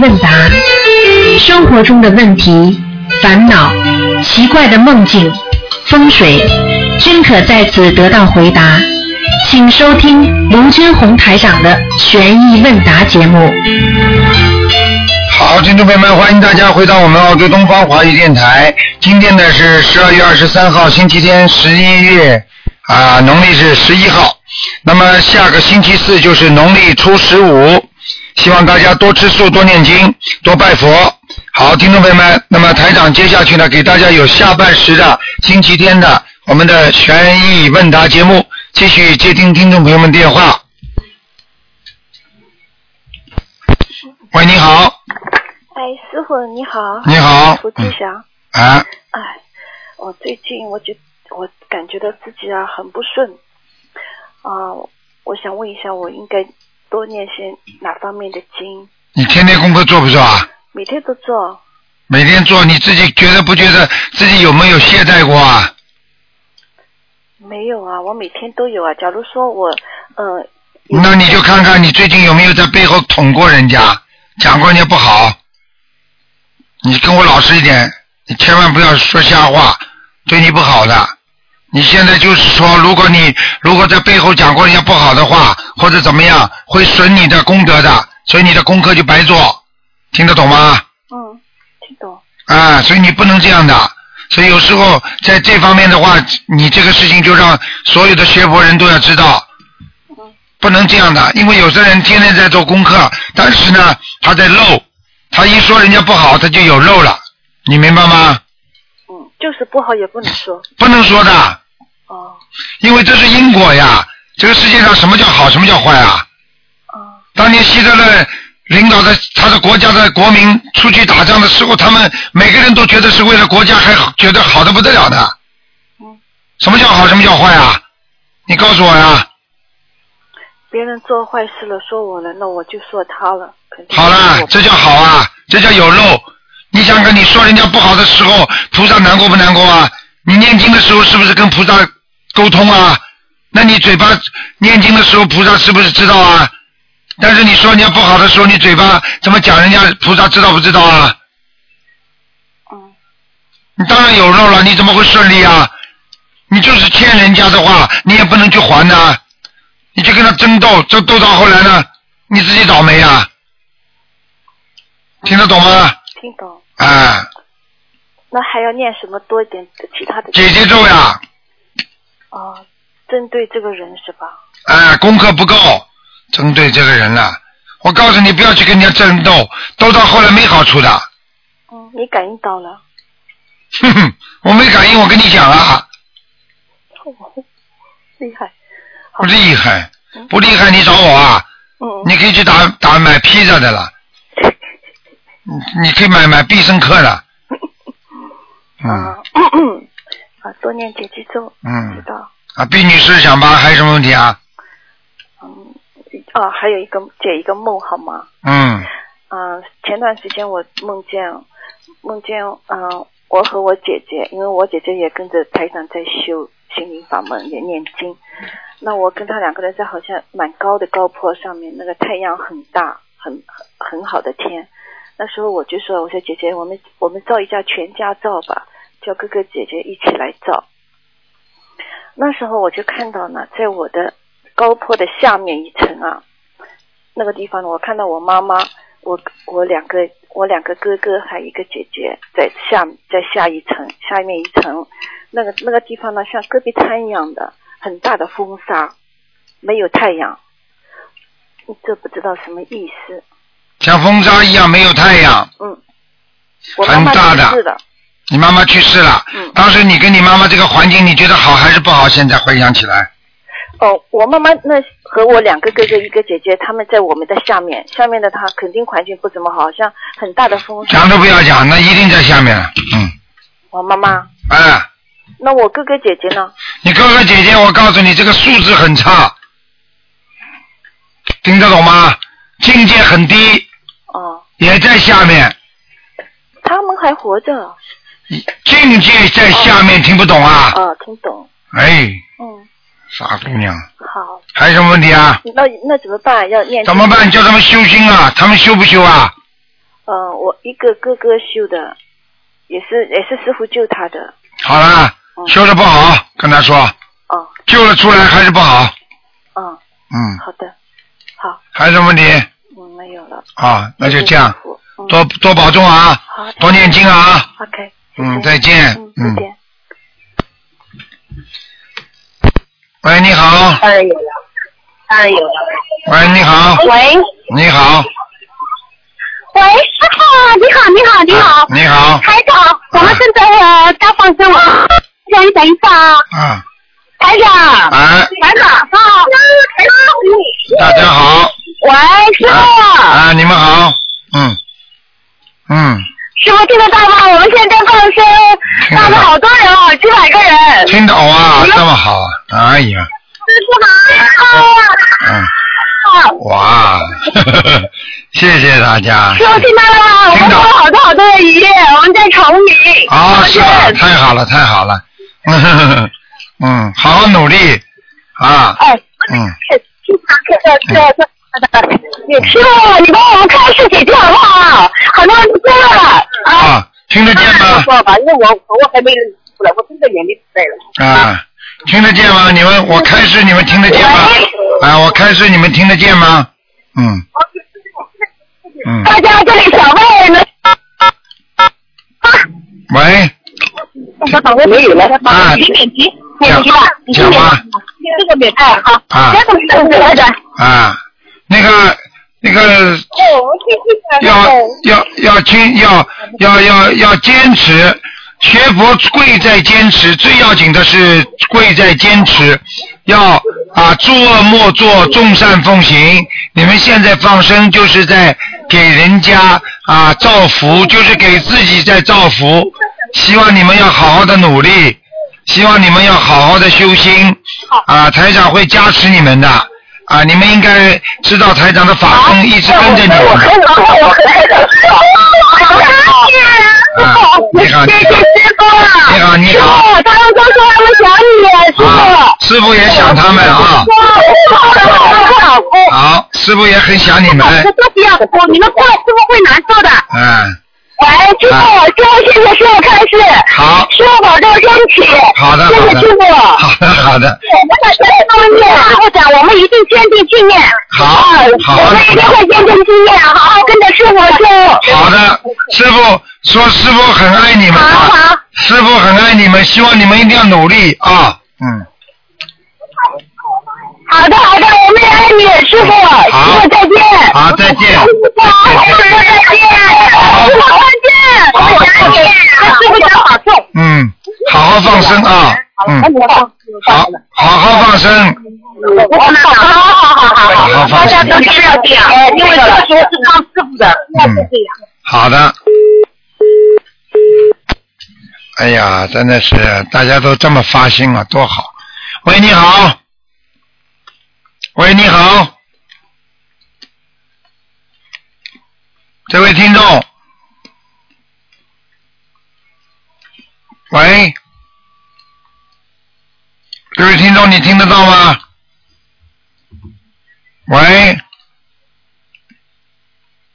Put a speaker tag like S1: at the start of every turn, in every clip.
S1: 问答，生活中的问题、烦恼、奇怪的梦境、风水，均可在此得到回答。请收听卢军红台长的《悬疑问答》节目。
S2: 好，听众朋友们，欢迎大家回到我们澳洲东方华语电台。今天呢是十二月二十三号，星期天，十一月啊，农历是十一号。那么下个星期四就是农历初十五，希望大家多吃素，多念经，多拜佛。好，听众朋友们，那么台长接下去呢，给大家有下半时的星期天的我们的悬疑问答节目，继续接听听众朋友们电话。喂，你好，
S3: 哎，师傅你好。
S2: 你好嗯
S3: 卢吉祥。
S2: 啊，
S3: 哎，我最近我觉我感觉到自己啊很不顺，啊、我想问一下，我应该多念些哪方面的经？
S2: 你天天功课做不做啊？
S3: 每天都做，
S2: 每天做，你自己觉得不觉得自己有没有懈怠过啊？
S3: 没有啊，我每天都有啊。假如说我，呃，
S2: 那你就看看你最近有没有在背后捅过人家，讲过人家不好。你跟我老实一点，你千万不要说瞎话，对你不好的。你现在就是说，如果你如果在背后讲过人家不好的话，或者怎么样，会损你的功德的，所以你的功课就白做，听得懂吗？
S3: 嗯，听懂，
S2: 啊，所以你不能这样的。所以有时候在这方面的话，你这个事情就让所有的学佛人都要知道，不能这样的。因为有些人天天在做功课，但是呢，他在漏，他一说人家不好，他就有漏了，你明白吗？
S3: 嗯，就是不好也不能说，
S2: 不能说的，
S3: 哦，
S2: 因为这是因果呀。这个世界上什么叫好，什么叫坏啊？
S3: 啊、
S2: 当年希特勒领导的他的国家的国民出去打仗的时候，他们每个人都觉得是为了国家，还觉得好的不得了的
S3: 嗯。
S2: 什么叫好，什么叫坏啊？你告诉我呀。
S3: 别人做坏事了说我了，那我就说他了，肯定
S2: 好
S3: 了
S2: 啦，，这叫好啊，这叫有漏。你想看，你说人家不好的时候，菩萨难过不难过啊？你念经的时候是不是跟菩萨沟通啊？那你嘴巴念经的时候，菩萨是不是知道啊？但是你说人家不好的时候，你嘴巴怎么讲人家菩萨知道不知道啊？
S3: 嗯
S2: 你当然有漏了，你怎么会顺利啊？你就是欠人家的话，你也不能去还呐、你去跟他争斗，争斗到后来呢，你自己倒霉啊！听得懂吗？
S3: 听懂。
S2: 啊，
S3: 那还要念什么多一点其他的？
S2: 姐姐咒呀，
S3: 哦，针对这个人是吧？
S2: 啊，功课不够，针对这个人了。我告诉你，不要去跟人家争斗，斗到后来没好处的。
S3: 嗯，你感应到了。
S2: 哼哼，我没感应，我跟你讲啊，
S3: 哦，厉害。
S2: 不厉害，不厉害，你找我啊，
S3: 嗯，
S2: 你可以去打打买披萨的了。你你可以买买必胜客的。嗯
S3: 啊，咳咳啊，多念姐姐咒，知
S2: 嗯
S3: 道。
S2: 啊，毕女士想吧，还有什么问题啊？
S3: 嗯，啊，还有一个解一个梦好吗？
S2: 嗯
S3: 嗯、前段时间我梦见，梦见，嗯、我和我姐姐，因为我姐姐也跟着台长在修心灵法门，也念经。那我跟她两个人在好像蛮高的高坡上面，那个太阳很大，很很很好的天。那时候我就说，我说姐姐，我们我们照一下全家照吧，叫哥哥姐姐一起来照。那时候我就看到呢，在我的高坡的下面一层啊，那个地方呢，我看到我妈妈，我我两个我两个哥哥还有一个姐姐在下在下一层下面一层，那个那个地方呢像戈壁滩一样的很大的风沙，没有太阳，这不知道什么意思。
S2: 像风沙啊一样没有太阳。
S3: 嗯，我妈妈
S2: 很大的
S3: 去世了，
S2: 你妈妈去世了，
S3: 嗯
S2: 当时你跟你妈妈这个环境，你觉得好还是不好？现在回想起来，
S3: 哦，我妈妈那和我两个哥哥一个姐姐，他们在我们的下面，下面的她肯定环境不怎么好，好像很大的风沙。
S2: 讲都不要讲，那一定在下面了。嗯，
S3: 我妈妈，
S2: 哎，
S3: 那我哥哥姐姐呢？
S2: 你哥哥姐姐，我告诉你，这个素质很差，听得懂吗？境界很低，
S3: 哦，
S2: 也在下面，
S3: 他们还活着。
S2: 境界在下面，听不懂啊？
S3: 哦，听懂。
S2: 哎，
S3: 嗯，
S2: 傻姑娘，
S3: 好，
S2: 还有什么问题啊？
S3: 那那怎么办？要念
S2: 怎么办？叫他们修心啊，他们修不修啊？
S4: 嗯、我一个哥哥修的，也是也是师傅救他的。
S2: 好啦，
S4: 嗯
S2: 修的不好，跟他说，
S4: 哦，
S2: 救了出来还是不好，
S4: 嗯，
S2: 嗯，
S4: 好的，好，
S2: 还有什么问题
S4: 嗯，没有了。
S2: 啊？那就这样
S4: 谢谢，师傅。嗯，
S2: 多多保重啊，
S4: 好的，
S2: 多念经啊，
S4: OK。
S2: 嗯，再见，
S4: 嗯，再
S2: 嗯，
S4: 见。
S2: 喂，你好，
S1: 当然有了，当然有了。
S2: 喂，你啊好，
S1: 喂
S2: 你好，
S1: 喂，师傅，你好，你好，你好，
S2: 啊你好，
S1: 台长，我们正在呃大放生啊，等一等一下啊，
S2: 啊，
S1: 台长，
S2: 哎，
S1: 台长啊，台长，
S2: 大家好，
S1: 喂，师傅，
S2: 啊，你们好，嗯，嗯，
S1: 师傅听得到吗？我们现在在放生，
S2: 听
S1: 放
S2: 得
S1: 了
S2: 到，
S1: 好多人哦，几百个人，师
S2: 听懂啊，这么好，哎呀，
S1: 傅哎好，
S2: 嗯，
S1: 啊，
S2: 哇，呵呵呵谢谢大家，
S1: 师傅听到了吗？哎我
S2: 听
S1: 们
S2: 到
S1: 放了好多好多的鱼，我们在崇明，
S2: 啊，
S1: 我
S2: 是啊，
S1: 们
S2: 太好了，太好了， 嗯，嗯，好好努力啊，
S1: 哎。
S2: 嗯，
S1: 经常看到这这的。师傅，你帮我们看事解决好不好？很多人都知道了。啊，
S2: 啊，听得见吗？
S1: 说吧，因为我我还没出来，我真的眼力不在了。
S2: 啊，听得见吗？你们，我开始，你们听得见吗？
S1: 喂
S2: 啊，我开始，你们听得见吗？嗯嗯，
S1: 大家这里小妹们，
S2: 喂，
S1: 我等会没有了。
S2: 啊
S1: 你免提，免提吧，你
S2: 讲
S1: 免
S2: 吧
S1: 这个免哎好，
S2: 啊
S1: 这个免提来着。
S2: 啊，那个那个
S1: 哦，我谢谢
S2: 要要要坚要要要要坚持，学佛贵在坚持，最要紧的是贵在坚持，要啊诸恶莫作，众善奉行。你们现在放生就是在给人家啊造福，就是给自己在造福。希望你们要好好的努力，希望你们要好好的修心啊！台长会加持你们的啊！你们应该知道台长的法风一直跟着你
S1: 我
S2: 们。
S1: 可以，我可以，我可以。好谢谢，
S2: 啊你好
S1: 谢谢师傅。
S2: 你好你好
S1: 师傅，他们都说他们想你，师
S2: 啊
S1: 傅，。
S2: 师傅也想他们啊。
S1: 好，
S2: 好，师傅也很想你们。
S1: 这都不要哭，你们哭了师傅会难受的。
S2: 嗯，
S1: 喂，师
S2: 啊
S1: 傅，师傅谢谢师傅开示，
S2: 好，
S1: 师傅保重身体。
S2: 好的
S1: 谢
S2: 好
S1: 谢
S2: 的
S1: 师傅。
S2: 好的，好的，
S1: 我们在这方面，师傅讲，我们一定坚定信念。
S2: 好
S1: 啊
S2: 好
S1: 我们一定会坚定信念，好好跟着师傅修。
S2: 好的。师傅说，师傅很爱你们
S1: 好
S2: 啊，
S1: 好。
S2: 师傅很爱你们，希望你们一定要努力啊。嗯，
S1: 好的，好的，我们也爱你，师傅，
S2: 好
S1: 师傅再见。
S2: 好，再见。
S1: 好，师傅再见，师傅再见，我们也爱你，师傅讲好重。
S2: 嗯，好好放生啊。嗯，好，好好放生。
S1: 我好好好好好，大家都听到这
S5: 哎
S1: 样，因为这时候是当师傅的，
S2: 嗯，好的。哎呀，真的是大家都这么发心啊，多好！喂，你好。喂，你好。这位听众。喂。这位听众，你听得到吗？喂。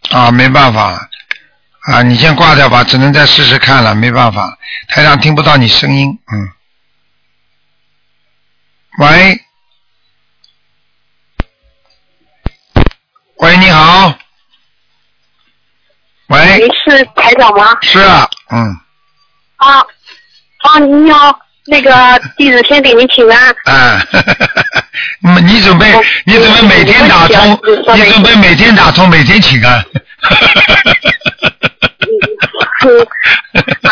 S2: 啊，没办法，啊，你先挂掉吧，只能再试试看了，没办法，台上听不到你声音，嗯。喂，喂，你好，喂，
S1: 是台长吗？
S2: 是啊，嗯，
S1: 啊啊，你好，那个弟子先给您请安。
S2: 哎， 你你准备
S1: 我
S2: 你准备每天打通
S1: 我我想，
S2: 你准备每天打通，每天请啊安。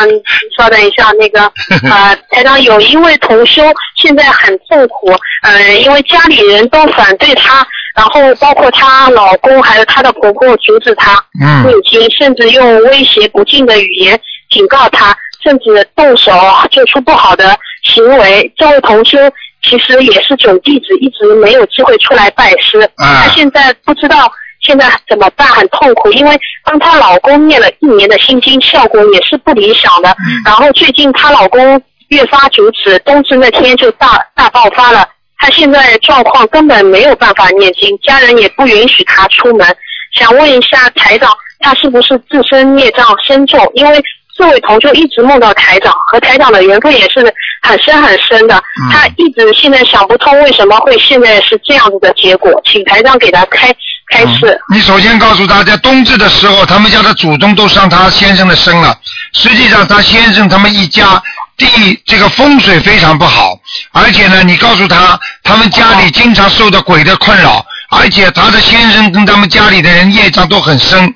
S1: 嗯，稍等一下，那个呃，台长有一位同修现在很痛苦，呃，因为家里人都反对她，然后包括她老公还有她的婆婆阻止她，
S2: 嗯
S1: 母亲甚至用威胁不敬的语言警告她，甚至动手做出不好的行为。这位同修其实也是准弟子，一直没有机会出来拜师。
S2: 啊
S1: 她现在不知道现在怎么办，很痛苦，因为帮她老公念了一年的心经，效果也是不理想的。然后最近她老公越发阻止，冬至那天就大大爆发了。她现在状况根本没有办法念经，家人也不允许她出门。想问一下台长，她是不是自身孽障深重？因为这位同修一直梦到台长，和台长的缘分也是很深很深的。
S2: 嗯
S1: 她一直现在想不通为什么会现在是这样子的结果，请台长给她开开示。
S2: 你首先告诉大家，冬至的时候，他们家的祖宗都上他先生的身了。实际上，他先生他们一家地这个风水非常不好，而且呢，你告诉他，他们家里经常受到鬼的困扰，而且他的先生跟他们家里的人业障都很深。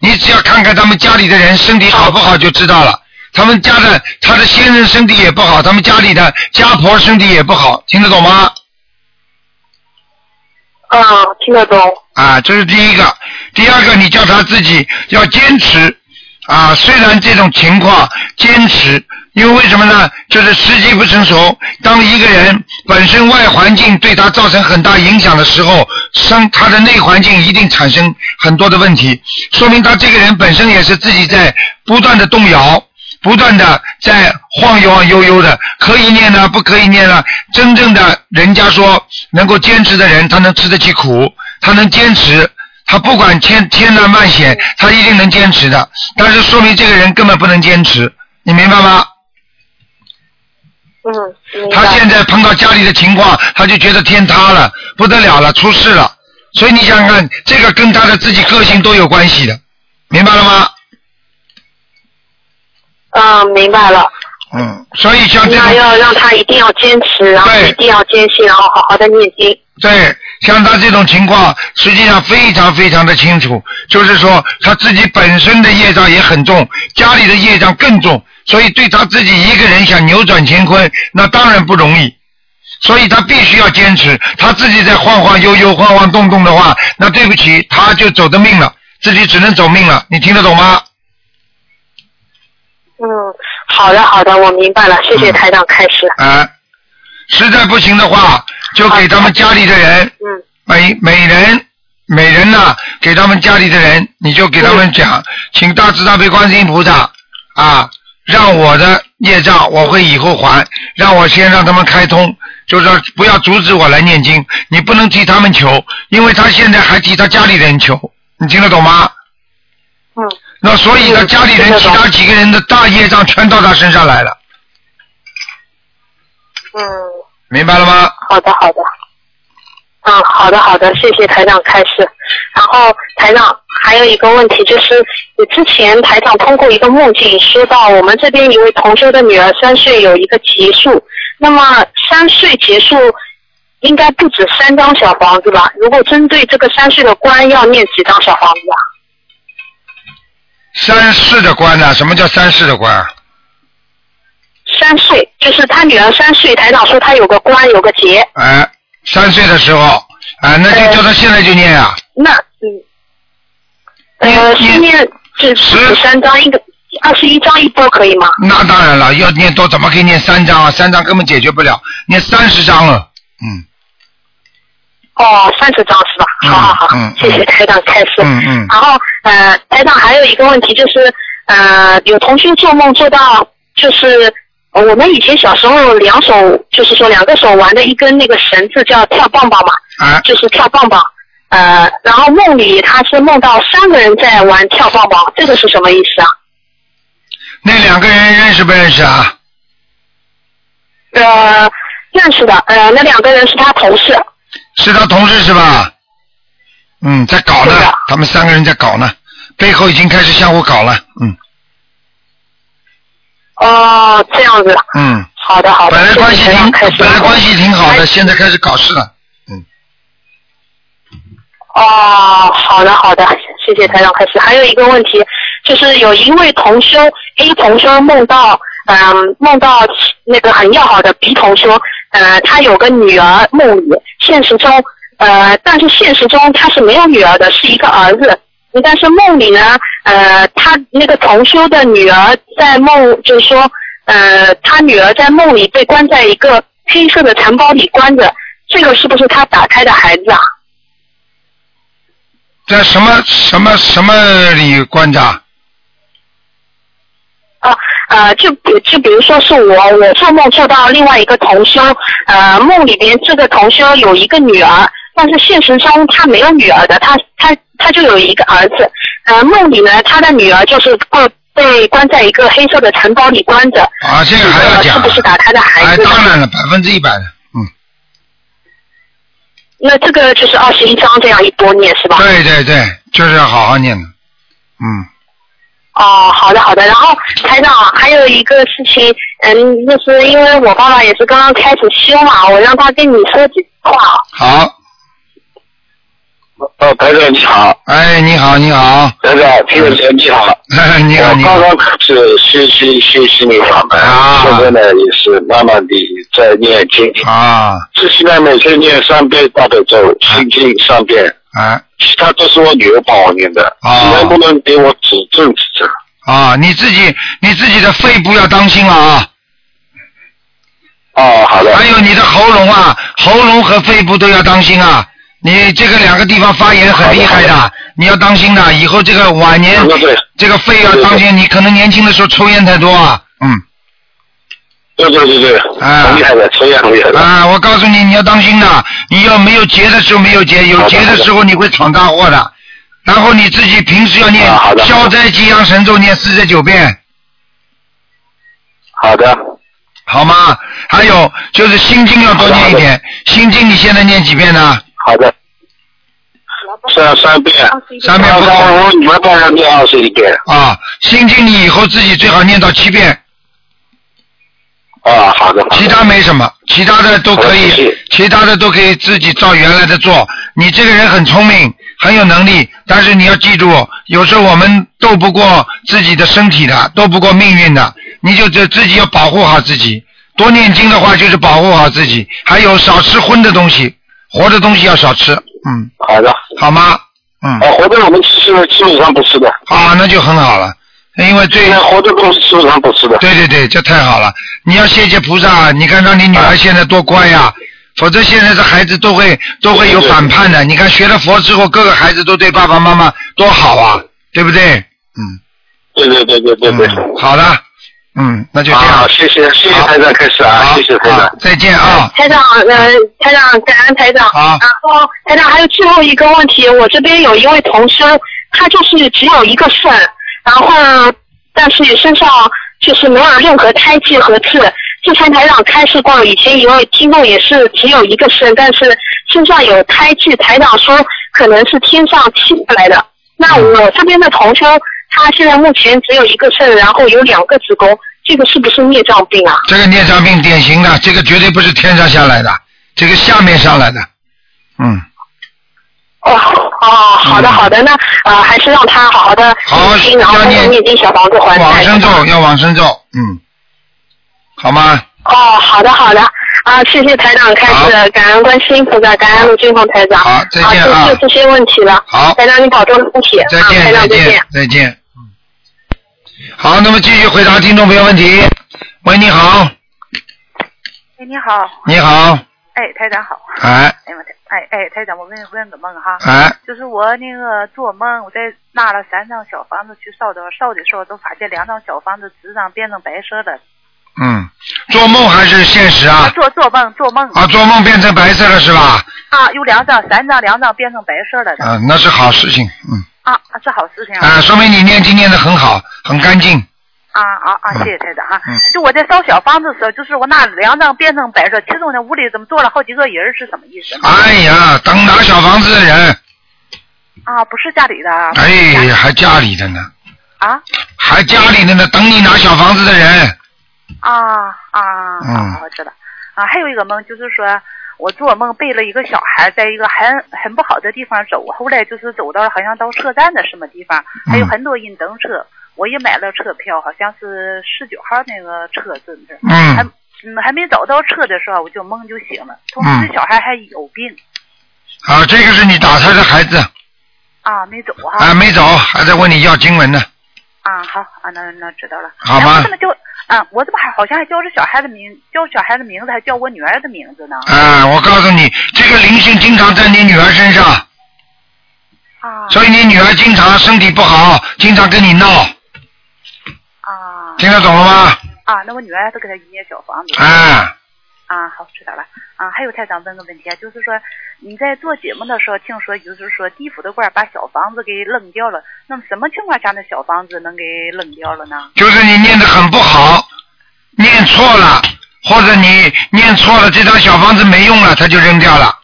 S2: 你只要看看他们家里的人身体好不好就知道了。他们家的他的先生身体也不好，他们家里的家婆身体也不好，听得懂吗？
S1: 啊，听得懂。
S2: 啊，这是第一个。第二个，你叫他自己要坚持啊，虽然这种情况坚持，因为为什么呢？就是时机不成熟。当一个人本身外环境对他造成很大影响的时候，生他的内环境一定产生很多的问题，说明他这个人本身也是自己在不断的动摇。不断的在晃悠晃悠悠的，可以念啊呢，不可以念呢。真正的人家说能够坚持的人，他能吃得起苦，他能坚持，他不管千千难万险，他一定能坚持的。但是说明这个人根本不能坚持，你明白吗？
S1: 嗯，明白
S2: 他现在碰到家里的情况，他就觉得天塌了，不得了了，出事了。所以你想想看，这个跟他的自己个性都有关系的，明白了吗？
S1: 嗯，明白了。
S2: 嗯，所以像这种
S1: 那要让他一定要坚持，然后
S2: 对
S1: 一定要坚信，然后好好的念经。
S2: 对，像他这种情况，实际上非常非常的清楚，就是说他自己本身的业障也很重，家里的业障更重，所以对他自己一个人想扭转乾坤，那当然不容易。所以他必须要坚持，他自己在晃晃悠悠、晃晃动动的话，那对不起，他就走的命了，自己只能走命了。你听得懂吗？
S1: 嗯，好的好的，我明白了，谢谢台长开始。
S2: 嗯啊，实在不行的话，就给他们家里的人
S1: 嗯
S2: 每每人每人呢、给他们家里的人，你就给他
S1: 嗯
S2: 们讲，请大慈大悲观世音菩萨啊，让我的业障我会以后还，让我先让他们开通，就是说不要阻止我来念经，你不能替他们求，因为他现在还替他家里人求，你听得懂吗？
S1: 嗯，
S2: 那所以呢，
S1: 嗯
S2: 家里
S1: 听
S2: 人
S1: 得
S2: 其
S1: 懂
S2: 他几个人的大业障全到他身上来了，
S1: 嗯，
S2: 明白了吗？
S1: 好的好的。嗯，好的好的，谢谢台长开始。然后台长还有一个问题就是，你之前台长通过一个梦境说到我们这边一位同修的女儿三岁有一个结束，那么三岁结束应该不止三张小房子吧？如果针对这个三岁的官，要念几张小房子啊？
S2: 三世的官呢、什么叫三世的官啊？
S1: 三岁，就是他女儿三岁，台长说他有个关，有个结。
S2: 哎，三岁的时候，哎，那就
S1: 呃
S2: 叫他现在就念啊。
S1: 那嗯，呃，
S2: 你
S1: 是念这
S2: 十
S1: 十三张一个，二十一张一波可以吗？
S2: 那当然了，要念多，怎么可以念三章啊？三章根本解决不了，念三十章了。嗯
S1: 哦，三十张是吧？
S2: 嗯
S1: 好好好，
S2: 嗯
S1: 谢谢台长开始。
S2: 嗯嗯
S1: 然后呃，台长还有一个问题就是，呃，有同学做梦做到，就是呃我们以前小时候两手，就是说两个手玩的一根那个绳子叫跳棒棒嘛，
S2: 哎
S1: 就是跳棒棒。呃，然后梦里他是梦到三个人在玩跳棒棒，这个是什么意思啊？
S2: 那两个人认识不认识啊？
S1: 呃，认识的，呃，那两个人是他同事，
S2: 是他同事是吧？嗯，在搞呢
S1: 是的，
S2: 他们三个人在搞呢，背后已经开始相互搞了。嗯
S1: 哦，这样子，
S2: 嗯，
S1: 好的好的，
S2: 本来关系
S1: 谢谢台
S2: 挺
S1: 长开始
S2: 本来关系挺好的，
S1: 哎
S2: 现在开始搞事了。
S1: 哦，好的好的，谢谢台长开始。还有一个问题，就是有一位同修 A 同修梦到，嗯、梦到那个很要好的 B 同修，呃，他有个女儿梦里，现实中，呃，但是现实中他是没有女儿的，是一个儿子。但是梦里呢，呃，他那个同修的女儿在梦，就是说，呃，他女儿在梦里被关在一个黑色的城堡里关着，这个是不是他打胎的孩子啊？
S2: 在什么什么什么里关着？
S1: 啊，呃，就比就比如说是我，我做梦做到另外一个同修，呃，梦里边这个同修有一个女儿，但是现实中他没有女儿的，他他他就有一个儿子，呃，梦里呢，他的女儿就是被被关在一个黑色的城堡里关着，
S2: 啊，这个还要讲
S1: 呃是
S2: 啊
S1: 不，是打他的孩
S2: 哎，
S1: 子呢？
S2: 当然了，百分之一百的，嗯，
S1: 那这个就是二十一章这样一波念是吧？
S2: 对对对，就是要好好念的，嗯，
S1: 哦，好的好的。然后台长还有一个事情，嗯，就是因为我爸爸也是刚刚开始修嘛，我让他跟你说几句话。
S2: 好，
S3: 呃，台长你好，
S2: 哎，你好，你好，
S3: 台长，听众朋友你好。
S2: 你好，你
S3: 我
S2: 好，
S3: 刚刚开始学习学习你法门，
S2: 啊
S3: 现在呢也是慢慢地在念经。
S2: 啊，
S3: 之前呢每天念三遍大悲咒，心经三遍，
S2: 哎，
S3: 其他都是我女儿帮我念的。
S2: 啊
S3: 你能不能给我指正指正？
S2: 啊，你自己你自己的肺部要当心了啊，
S3: 哦，好的。
S2: 还有你的喉咙啊，喉咙和肺部都要当心啊。你这个两个地方发炎很厉害
S3: 好的
S2: 的，你要当心的。以后这个晚年
S3: 对对
S2: 这个肺要当心，你可能年轻的时候抽烟太多啊。嗯。
S3: 对对对对，
S2: 啊
S3: 很厉害的，抽烟很厉害的。
S2: 啊，我告诉你，你要当心的。你要没有节的时候没有节，有
S3: 好的
S2: 节
S3: 好
S2: 的
S3: 的
S2: 时候你会闯大祸的。然后你自己平时要念
S3: 啊好的好的
S2: 消灾吉祥神咒，念四十九遍，
S3: 好的，
S2: 好吗？还有就是心经要多念一点。心经你现在念几遍呢？
S3: 好的。三三遍。
S2: 三遍
S3: 刚
S2: 不够
S3: 刚我女儿帮我念二十一遍。
S2: 啊，心经你以后自己最好念到七遍，
S3: 啊，好的。好的
S2: 其他没什么，其他的都可
S3: 好的谢
S2: 以
S3: 谢，
S2: 其他的都可以自己照原来的做。你这个人很聪明，很有能力，但是你要记住，有时候我们斗不过自己的身体的，斗不过命运的，你就这自己要保护好自己。多念经的话，就是保护好自己，还有少吃荤的东西，活的东西要少吃，嗯，
S3: 好的。
S2: 好吗？嗯，
S3: 啊，活着我们吃基本上不吃的，
S2: 啊，那就很好了，因为最
S3: 现在活着都是基本上不吃的。
S2: 对对对，这太好了！你要谢谢菩萨，你看让你女
S3: 啊
S2: 儿现在多乖呀、否则现在这孩子都会都会有反叛的。你看学了佛之后，各个孩子都对爸爸妈妈多好啊，对不对？嗯，
S3: 对对对对对对。
S2: 嗯好的，嗯，那就这样
S3: 啊，，谢谢谢谢
S2: 好
S3: 台长开始啊，
S2: 好
S3: 谢谢台
S2: 好
S3: 长，。
S2: 再见啊，
S1: 台长，呃，台长，感恩台长。
S2: 好
S1: 然后台长还有最后一个问题，我这边有一位同修，他就是只有一个肾，然后但是身上就是没有任何胎记和痣。之前台长开示过，以前一位听众也是只有一个肾，但是身上有胎记，台长说可能是天上踢下来的。那我这边的同修，他现在目前只有一个肾，然后有两个子宫，这个是不是孽障病啊？
S2: 这个孽障病典型的，这个绝对不是天上下来的，这个下面上来的，嗯，
S1: 哦哦，好的好的，那呃还是让他好好的
S2: 好好
S1: 念经，然后
S2: 要念
S1: 念经小房子还
S2: 往
S1: 债。
S2: 生咒要往生咒，嗯，好吗？
S1: 哦，好的好的，啊，谢谢台长开
S2: 好
S1: 始，感恩观世音菩萨，感恩陆军红台长。
S2: 好再见啊
S1: 啊，就这些问题了。
S2: 好
S1: 台长你保重身体。
S2: 再
S1: 啊
S2: 见，
S1: 台长
S2: 再
S1: 再见
S2: 见。，再见。嗯好，那么继续回答听众朋友问题。喂，你好，
S6: 哎，你好，
S2: 你好，
S6: 哎，台长好，
S2: 哎
S6: 哎我台，哎哎，台长，我问问个梦哈，
S2: 哎，
S6: 就是我那个做梦，我在纳了三张小房子去烧的，烧的时候都发现两张小房子纸张变成白色的。
S2: 嗯，做梦还是现实
S6: 我
S2: 啊？
S6: 做做梦做梦
S2: 啊，做梦变成白色了是吧？
S6: 啊，有两张、三张、两张变成白色的
S2: 啊，那是好事情，嗯，
S6: 啊，啊是好事情啊
S2: 啊，说明你念经念得很好，很干净，
S6: 啊啊啊！谢谢台长啊
S2: 嗯！
S6: 就我在烧小房子的时候，就是我那两张变成白色，其中呢屋里怎么坐了好几个人是什么意思呢？
S2: 哎呀，等拿小房子的人，
S6: 啊，不是家里的啊
S2: 哎，还家里的呢，
S6: 啊
S2: 还家里的呢，等你拿小房子的人，
S6: 啊啊！
S2: 嗯
S6: 我知道。啊，还有一个梦就是说，我做梦背了一个小孩，在一个很很不好的地方走，后来就是走到了好像到车站的什么地方，还有
S2: 嗯
S6: 很多人等车，我也买了车票，好像是十九号那个车子是。还
S2: 嗯，
S6: 嗯，还没找到车的时候，我就梦就醒了。同时，
S2: 嗯
S6: 小孩还有病、
S2: 啊，这个是你打胎的孩子，
S6: 啊，没走哈
S2: 啊，没走，还在问你要经文呢，
S6: 啊，好啊，那那知道了。
S2: 好
S6: 哎
S2: 吗
S6: 我怎么叫啊？我怎么还好像还叫这小孩的名，叫小孩的名字，还叫我女儿的名字呢？
S2: 啊，我告诉你，这个灵性经常在你女儿身上，
S6: 啊
S2: 所以你女儿经常身体不好，经常跟你闹，
S6: 啊
S2: 听得懂了吗？
S6: 啊！那我女儿还得给她一间小房子
S2: 啊，
S6: 啊，好，知道了。啊，还有台长问个问题啊，就是说你在做节目的时候，听说就是说地府的官儿把小房子给扔掉了，那么什么情况下那小房子能给扔掉了呢？
S2: 就是你念的很不好，念错了，或者你念错了，这张小房子没用了，他就扔掉了。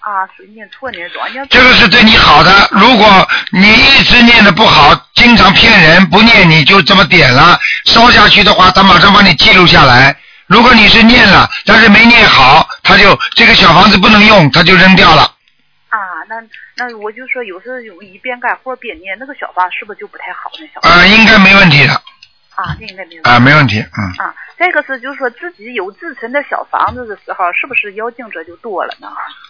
S6: 啊，属于念错那种，你要
S2: 这个是对你好的。如果你一直念的不好，经常骗人，不念你就这么点了，烧下去的话，他马上帮你记录下来。如果你是念了，但是没念好，他就这个小房子不能用，他就扔掉了。
S6: 啊，那那我就说有时候有一边干活边念，那个小房是不是就不太好？那小房
S2: 呃，应该没问题的，
S6: 啊，那应该没有。
S2: 啊、没问题，嗯。
S6: 啊，再一个是就是说自己有自存的小房子的时候，是不是妖精者就多了呢？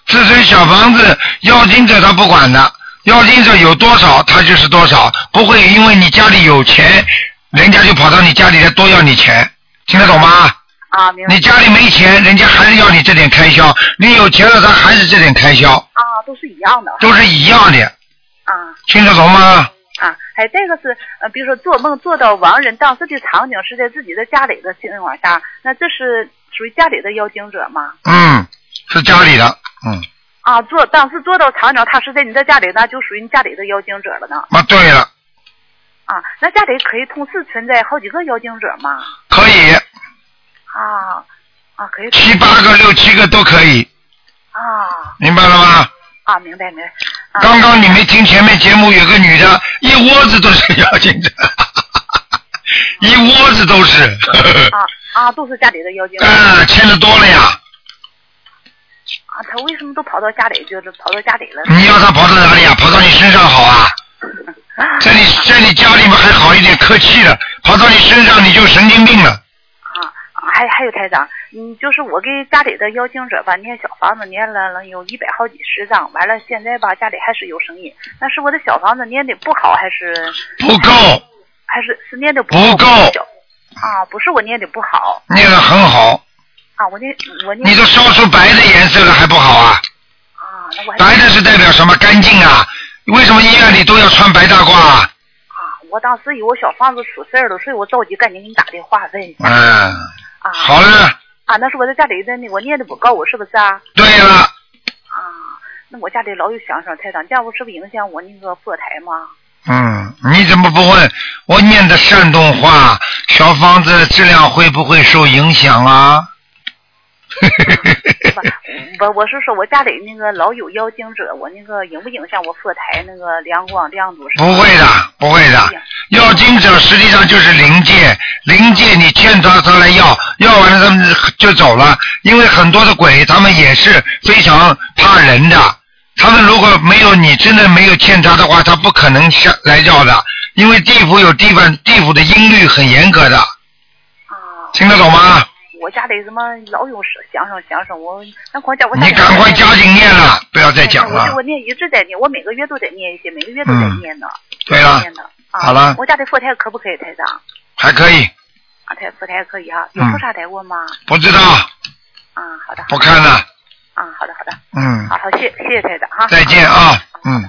S2: 自身小房子，要经者他不管的，要经者有多少，他就是多少，不会因为你家里有钱，人家就跑到你家里来多要你钱，听得懂吗？
S6: 啊，明白
S2: 你。家里没钱，人家还是要你这点开销；你有钱了，他还是这点开销，
S6: 啊，都是一样的。
S2: 都是一样的，
S6: 啊
S2: 听得懂吗？
S6: 啊，还有再一个是呃，比如说做梦做到亡人当时的场景是在自己的家里的情况下，那这是属于家里的妖精者吗？
S2: 嗯，是家里的，嗯，
S6: 啊，做当时做到场景，他是在你的家里，那就属于你家里的妖精者了呢。
S2: 啊，对了，
S6: 啊，那家里可以同时存在好几个妖精者吗？
S2: 可以，
S6: 啊啊，可以
S2: 七八个、六七个都可以，
S6: 啊
S2: 明白了吗？
S6: 啊，明白明白。啊
S2: 刚刚你没听前面节目，有个女的，一窝子都是妖精的， 一窝子都是，
S6: 啊啊，都是家里的妖精 者
S2: 啊，欠的多了呀。
S6: 啊，他为什么都跑到家里，就是跑到家里了？
S2: 你要她跑到哪里啊？跑到你身上好 啊？在你在你家里面还好一点，客气了，跑到你身上你就神经病了。
S6: 啊，啊还还有台长，嗯，就是我给家里的邀请者吧，念小房子念了能有一百好几十张，完了现在吧家里还是有生意，那是我的小房子念的不好，还是
S2: 不够，
S6: 还是是念的
S2: 不够
S6: 小啊，不是我念的不好
S2: 念的很好，
S6: 啊，我念我念
S2: 你都烧出白的颜色了还不好啊？
S6: 啊，那我还
S2: 白的是代表什么？干净啊？为什么医院里都要穿白大褂啊？
S6: 啊，我当时有我小房子出事儿了，所以我着急赶紧给你打电话问一下
S2: 嗯，
S6: 啊
S2: 好了，
S6: 啊，那是我在家里的那我念的不够，我是不是啊？
S2: 对了，
S6: 啊，那我家里老有想想台长，这样我是不是影响我那个佛台吗？
S2: 嗯，你怎么不问我念的山东话，小房子质量会不会受影响啊？
S6: 是吧？我我是说我家里那个老有妖精者，我那个影不影响我佛台那个亮光亮度是吧？
S2: 不会的，不会
S6: 哎
S2: 的。要经者实际上就是灵界，灵界你欠他他来要，要完了他们就走了。因为很多的鬼他们也是非常怕人的，他们如果没有你真的没有欠他的话，他不可能下来要的。因为地府有地方地府的音律很严格的，
S6: 啊，
S2: 听得懂吗？
S6: 我家里什么老有想想想想，我那光讲我
S2: 你赶快加紧念了，不要再
S6: 再
S2: 讲了
S6: 嗯我。我念一直在念，我每个月都得念一些，每个月都得
S2: 嗯
S6: 念呢。
S2: 对了
S6: 念，的啊、
S2: 好了
S6: 我家的佛台可不可以台长？
S2: 还可以，
S6: 啊，台佛台可以哈、有
S2: 嗯
S6: 菩萨来过吗？
S2: 不知道
S6: 啊，好的，好的
S2: 不看了，
S6: 啊，好的好的，
S2: 嗯
S6: 好。好谢谢谢台长哈。
S2: 再见啊，嗯。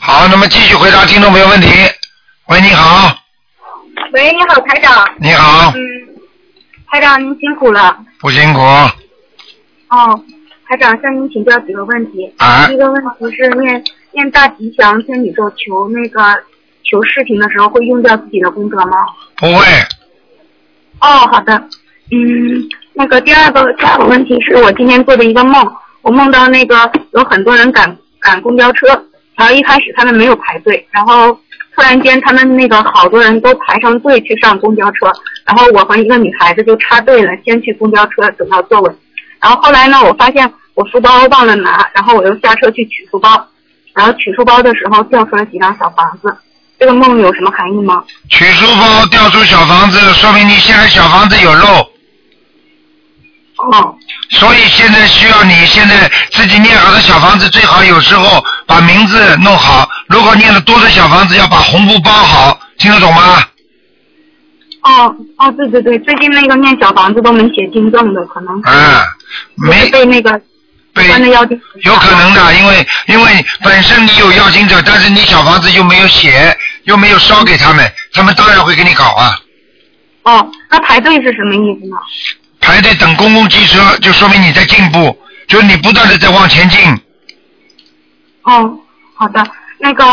S2: 好，那么继续回答听众朋友问题。喂，你好，
S1: 喂，你好，台长。
S2: 你好，
S1: 嗯，台长您辛苦了。
S2: 不辛苦，
S1: 哦，台长向您请教几个问题。
S2: 啊
S1: 第一个问题是念念大吉祥天宇宙求那个求事情的时候会用掉自己的功德吗？
S2: 不会，
S1: 哦，好的。嗯，那个第二个第二个问题是我今天做的一个梦，我梦到那个有很多人赶赶公交车，然后一开始他们没有排队，然后突然间他们那个好多人都排上队去上公交车，然后我和一个女孩子就插队了，先去公交车等到座位，然后后来呢，我发现我书包忘了拿，然后我又下车去取书包，然后取书包的时候掉出了几张小房子，这个梦有什么含义吗？
S2: 取书包掉出小房子，说明你现在小房子有漏，
S1: 哦，
S2: 所以现在需要你现在自己念好的小房子，最好有时候把名字弄好。如果念的多的小房子，要把红布包好，听得懂吗？
S1: 哦哦，对对对，最近那个念小房子都没写进正的，可能
S2: 啊，没
S1: 被那个
S2: 被
S1: 关的妖精。
S2: 有可能的，因为因为本身你有要经者，但是你小房子又没有写，又没有烧给他们，他们当然会给你搞啊。
S1: 哦，那排队是什么意思呢？
S2: 排队等公共汽车，就说明你在进步，就是你不断的在往前进。
S1: 哦，好的，那个，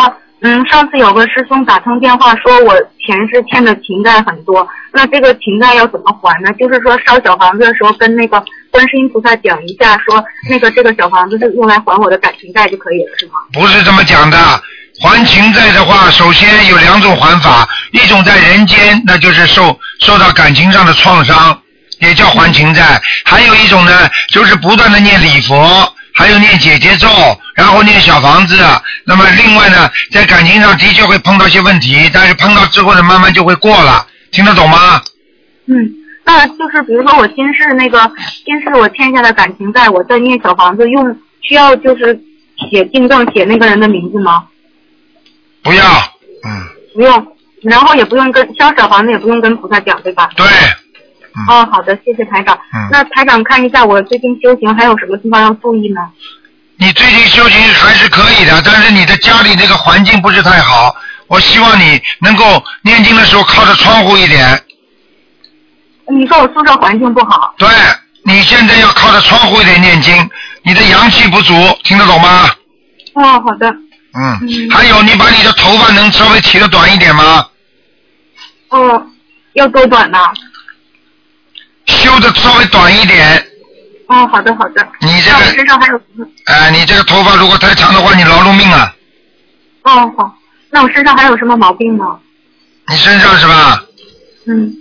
S1: 嗯，上次有个师兄打通电话说我前世欠的情债很多，那这个情债要怎么还呢？就是说烧小房子的时候跟那个观世音菩萨讲一下，说那个这个小房子是用来还我的感情债就可以了，是吗？
S2: 不是这么讲的。还情债的话，首先有两种还法，一种在人间，那就是受受到感情上的创伤，也叫还情债；还有一种呢，就是不断的念礼佛，还有念姐姐咒，然后念小房子。那么另外呢，在感情上的确会碰到一些问题，但是碰到之后呢，慢慢就会过了。听得懂吗？
S1: 嗯，那就是比如说我今世那个今世我欠下的感情债，我在念小房子用，需要就是写进证写那个人的名字吗？
S2: 不要，嗯，
S1: 不用，然后也不用跟烧小房子也不用跟菩萨讲，对吧？
S2: 对，
S1: 哦，好的，谢谢台长。
S2: 嗯
S1: 那台长看一下我最近修行还有什么地方要注意呢？
S2: 你最近修行还是可以的，但是你的家里那个环境不是太好。我希望你能够念经的时候靠着窗户一点。
S1: 你说我宿舍环境不好，
S2: 对，你现在要靠着窗户一点念经，你的阳气不足，听得懂吗？
S1: 哦，好的，
S2: 嗯。
S1: 嗯
S2: 还有，你把你的头发能稍微剃得短一点吗？
S1: 哦，要多短呢？
S2: 修的稍微短一点。
S1: 哦，好的，好的。
S2: 你这
S1: 那我
S2: 个，
S1: 身上还有什么？
S2: 哎、你这个头发如果太长的话，你劳碌命啊！
S1: 哦，好，那我身上还有什么毛病吗？
S2: 你身上是吧？
S1: 嗯，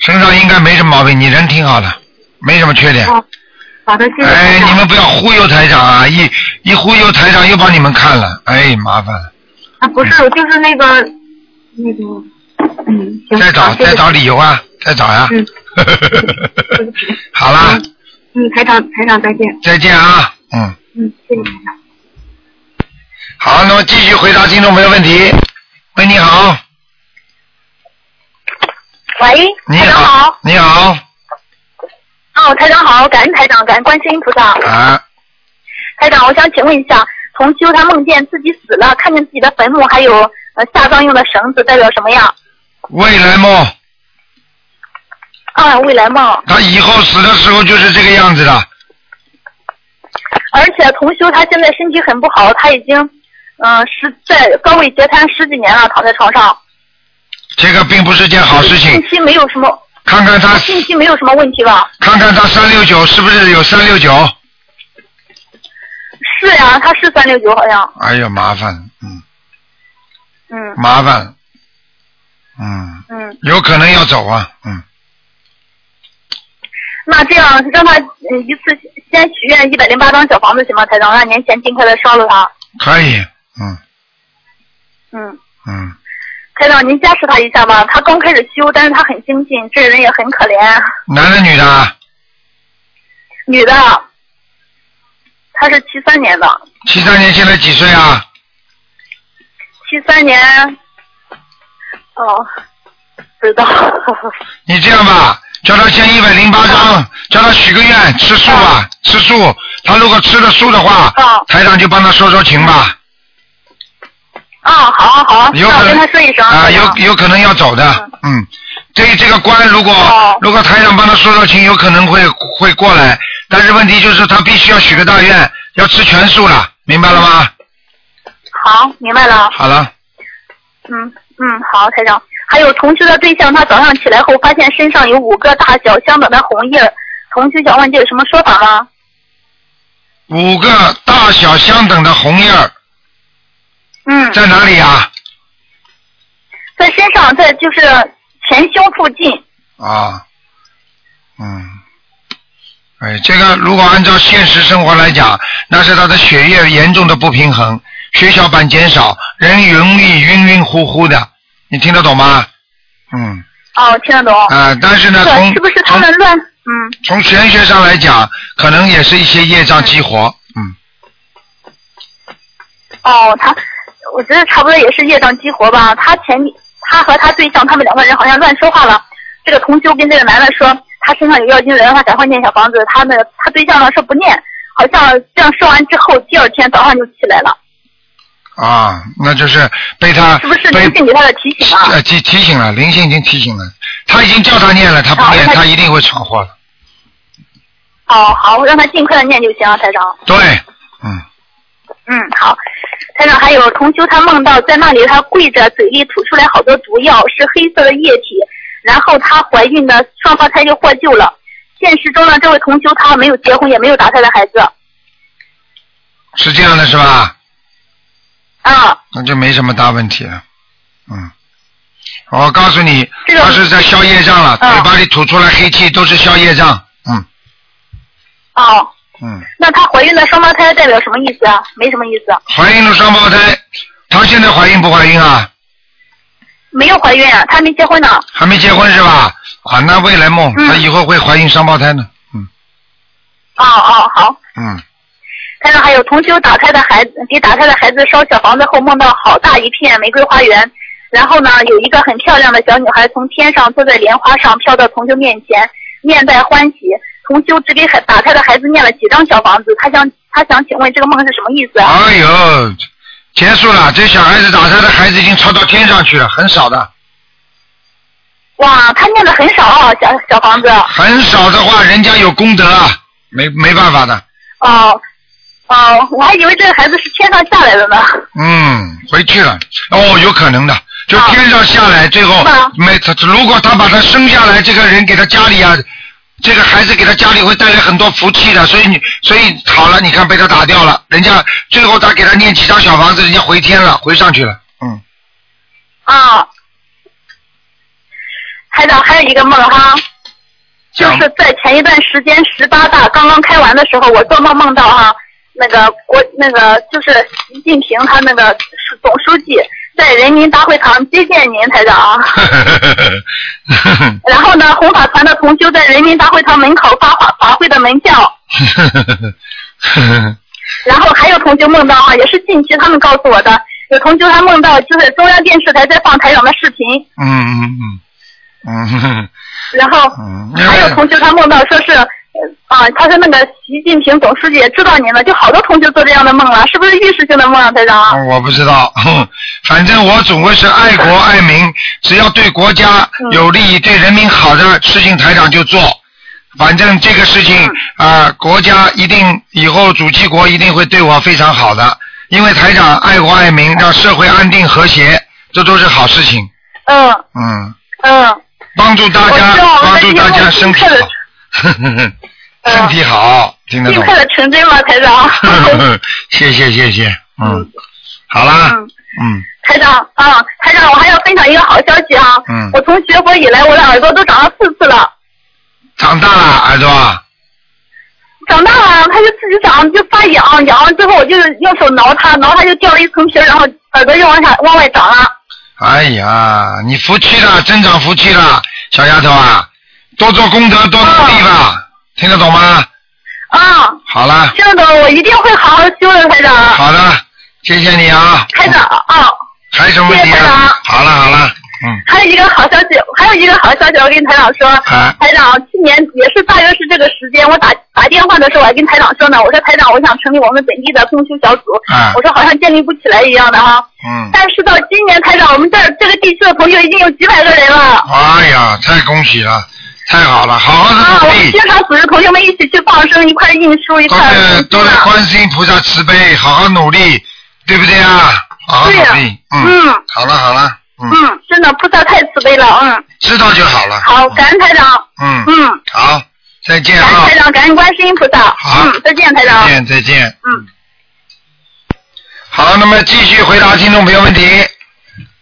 S2: 身上应该没什么毛病，你人挺好的，没什么缺点。
S1: 哦，好的，谢谢
S2: 哎
S1: 台，长。
S2: 你们不要忽悠台长啊！一一忽悠台长，又帮你们看了，哎，麻烦了，
S1: 啊，不是，我就是那个那个，嗯，行，
S2: 再找
S1: 好谢谢
S2: 再找理由啊，再找呀、
S1: 嗯
S2: 好啦，
S1: 嗯，台长，台长再见。
S2: 再见啊，嗯，
S1: 嗯，谢谢台长。
S2: 好，那么继续回答听众朋友问题。喂，你好，
S5: 喂，
S2: 你
S5: 台长好，，
S2: 你好，
S5: 哦，台长好，感恩台长，感恩观世音菩萨。
S2: 啊，
S5: 台长，我想请问一下，同修他梦见自己死了，看见自己的坟墓，还有呃下葬用的绳子，代表什么样？
S2: 未来梦，
S5: 啊，未来梦。
S2: 他以后死的时候就是这个样子的，
S5: 而且同修他现在身体很不好，他已经嗯、呃十在高位截瘫十几年了，躺在床上。
S2: 这个并不是件好事
S1: 嗯
S5: 近
S2: 情。
S5: 期没有什么，
S2: 看看他，
S5: 近期没有什么问题吧？
S2: 看看他三六九是不是有三六九？
S5: 是呀、他是三六九好像。
S2: 哎呀，麻烦了，嗯，
S5: 嗯
S2: 麻烦了，嗯。
S5: 嗯，
S2: 有可能要走啊，嗯，
S5: 那这样让他嗯一次先许愿一百零八张小房子行吗？台长，让年前尽快的烧了他。
S2: 可以，嗯
S5: 嗯。
S2: 嗯，
S5: 台长，您加持他一下吧。他刚开始修，但是他很精进，这人也很可怜。
S2: 男的女的啊？
S5: 女的，她是七三年的，
S2: 七三年现在几岁啊？
S5: 七三年，哦，不知道。哦
S2: 你这样吧，叫他先一百零八张，叫他许个愿，吃素吧，吃素。他如果吃了素的话
S5: 啊，
S2: 台长就帮他说说情吧。
S5: 啊，好好好，
S2: 有
S5: 那
S2: 可
S5: 我
S2: 能
S5: 跟他说一声。
S2: 啊，
S5: 台长
S2: 有有可能要走的，嗯。这这个关如果
S5: 哦
S2: 如果台长帮他说说情，有可能会会过来，但是问题就是他必须要许个大愿，要吃全素了，明白了吗？
S5: 好，明白了。
S2: 好了，
S5: 嗯嗯，好，台长。还有同修的对象，他早上起来后发现身上有五个大小相等的红印儿，同修想问这有什么说法吗？
S2: 五个大小相等的红叶儿
S5: 嗯，
S2: 在哪里呀、啊？
S5: 在身上，在就是前胸附近。
S2: 啊，嗯，哎，这个如果按照现实生活来讲，那是他的血液严重的不平衡，血小板减少，人容易晕晕乎乎的，你听得懂吗？嗯，
S5: 哦，听得懂。
S2: 啊，但是呢，
S5: 对，
S2: 从
S5: 是不是他
S2: 从
S5: 们乱？嗯。
S2: 从玄学上来讲， 可能也是一些业障激活，嗯，
S5: 哦，他，我觉得差不多也是业障激活吧。他前，他和他对象，他们两个人好像乱说话了。这个同修跟这个男的说，他身上有药精人，他赶快念小房子。他那个他对象呢说不念，好像这样说完之后，第二天早上就起来了。
S2: 啊，那就是被他
S5: 是不是
S2: 被
S5: 灵性给他的提醒啊？
S2: 呃提提醒了，灵性已经提醒了，他已经叫他念了，他不
S5: 好
S2: 念，
S5: 啊那
S2: 他一定会闯祸的。
S5: 好哦好，让他尽快的念就行了，台长。
S2: 对，嗯，
S5: 嗯，好。台长，还有同修他梦到在那里，他跪着，嘴里吐出来好多毒药，是黑色的液体。然后她怀孕的双胞胎就获救了。现实中呢，这位同修她没有结婚，也没有打胎的孩子。
S2: 是这样的，是吧？
S5: 啊，
S2: 那就没什么大问题了。嗯，我告诉你，
S5: 这个
S2: 他是在消业障了，
S5: 嗯
S2: 嘴巴里吐出来黑气都是消业障。嗯
S5: 哦，
S2: 嗯，
S5: 那她怀孕的双胞胎代表什么意思啊？没什么意思，
S2: 怀孕了双胞胎，她现在怀孕不怀孕啊？
S5: 没有怀孕啊，她还没结婚呢。
S2: 还没结婚是吧？啊，那未来梦，
S5: 嗯
S2: 她以后会怀孕双胞胎呢。嗯
S5: 哦哦，好。
S2: 嗯，
S5: 台上还有同修打胎的孩子，给打胎的孩子烧小房子后，梦到好大一片玫瑰花园。然后呢，有一个很漂亮的小女孩从天上坐在莲花上飘到同修面前，面带欢喜。同修只给孩打胎的孩子念了几张小房子，他想他想请问这个梦是什么意思啊？
S2: 哎呦，结束了，这小孩子打胎的孩子已经超到天上去了，很少的，
S5: 哇，他念的很少啊，小小房子。
S2: 很少的话，人家有功德啊，没没办法的。
S5: 哦哦，我还以为这个孩子是天上下来的呢。
S2: 嗯，回去了。哦，有可能的，就
S5: 啊
S2: 天上下来，最后
S5: 是吗
S2: 没他，如果他把他生下来，这个人给他家里啊，这个孩子给他家里会带来很多福气的，所以你所以好了，你看被他打掉了，人家最后他给他念几张小房子，人家回天了，回上去了。嗯，
S5: 啊，台长还有一个梦哈，就
S2: 讲
S5: 是在前一段时间十八大刚刚开完的时候，我做梦梦到哈、那个国那个就是习近平他那个总书记在人民大会堂接见您台长， 然后呢红法团的同修在人民大会堂门口发法法会的门票，然后还有同学梦到哈、也是近期他们告诉我的，有同学他梦到就是中央电视台在放台长的视频，
S2: 嗯嗯嗯嗯
S5: 然后
S2: 嗯，因
S5: 还有
S2: 为
S5: 同学他梦到说是，呃啊，他说那个习近平总书记也知道您了，就好多同学做这样的梦了，是不是预示性的梦啊，台长？
S2: 我不知道， 哼反正我总归是爱国爱民，只要对国家
S5: 嗯
S2: 有利益、对人民好的事情，台长就做。反正这个事情
S5: 嗯
S2: 啊、国家一定以后主席国一定会对我非常好的，因为台长爱国爱民，让社会安定和谐，这都是好事情。
S5: 嗯
S2: 嗯，
S5: 嗯，
S2: 帮助大
S5: 我
S2: 家
S5: 知道，我
S2: 帮
S5: 在
S2: 助
S5: 听
S2: 大家
S5: 我
S2: 身体
S5: 听课呃
S2: 好，
S5: 的
S2: 身体好，听得
S5: 尽
S2: 懂
S5: 快。的成真吧，台长。
S2: 谢谢谢谢，嗯， 好啦，
S5: 嗯，
S2: 嗯，
S5: 台长啊，台长，我还要分享一个好消息啊！
S2: 嗯
S5: 我从学佛以来，我的耳朵都长了四次了，
S2: 长大了耳朵啊，
S5: 长大了它就自己长，就发痒，痒了之后我就是用手挠它，挠它就掉了一层皮儿，然后耳朵就往下往外长了。
S2: 哎呀，你福气了，增长福气了，小丫头啊，多做功德，多努力
S5: 嗯
S2: 吧，听得懂吗？
S5: 啊，
S2: 好啦，
S5: 听得懂，我一定会好好修的，台长。
S2: 好的，谢谢你啊，
S5: 台长啊，
S2: 还有什么问题
S5: 谢谢
S2: 啊
S5: 台长？
S2: 好了好了，嗯，
S5: 还有一个好消息，还有一个好消息，我跟台长说，
S2: 啊
S5: 台长去年也是大约是这个时间，我打打电话的时候，我还跟台长说呢，我说台长，我想成立我们本地的共修小组，
S2: 啊
S5: 我说好像建立不起来一样的哈，
S2: 嗯，
S5: 但是到今年台长，我们这儿这个地区的朋友已经有几百个人了。
S2: 哎呀，太恭喜了，太好了，好好
S5: 啊！
S2: 的努
S5: 我们
S2: 力
S5: 经，常组织同学们一起去放生，一块印书，一
S2: 都
S5: 块
S2: 是都是
S5: 啊
S2: 观世音菩萨慈悲，好好努力，对不对啊？好好
S5: 对呀
S2: 努力，嗯，
S5: 嗯
S2: 好了好了，嗯，
S5: 嗯，真的菩萨太慈悲了，嗯，
S2: 知道就好了，
S5: 好，感恩台长，
S2: 嗯，
S5: 嗯，
S2: 好，再见
S5: 感
S2: 啊
S5: 恩台，长，感恩观世音菩萨，
S2: 好
S5: 嗯，再见台长
S2: 再，见再见。
S5: 嗯。
S2: 好，那么继续回答听众朋友问题。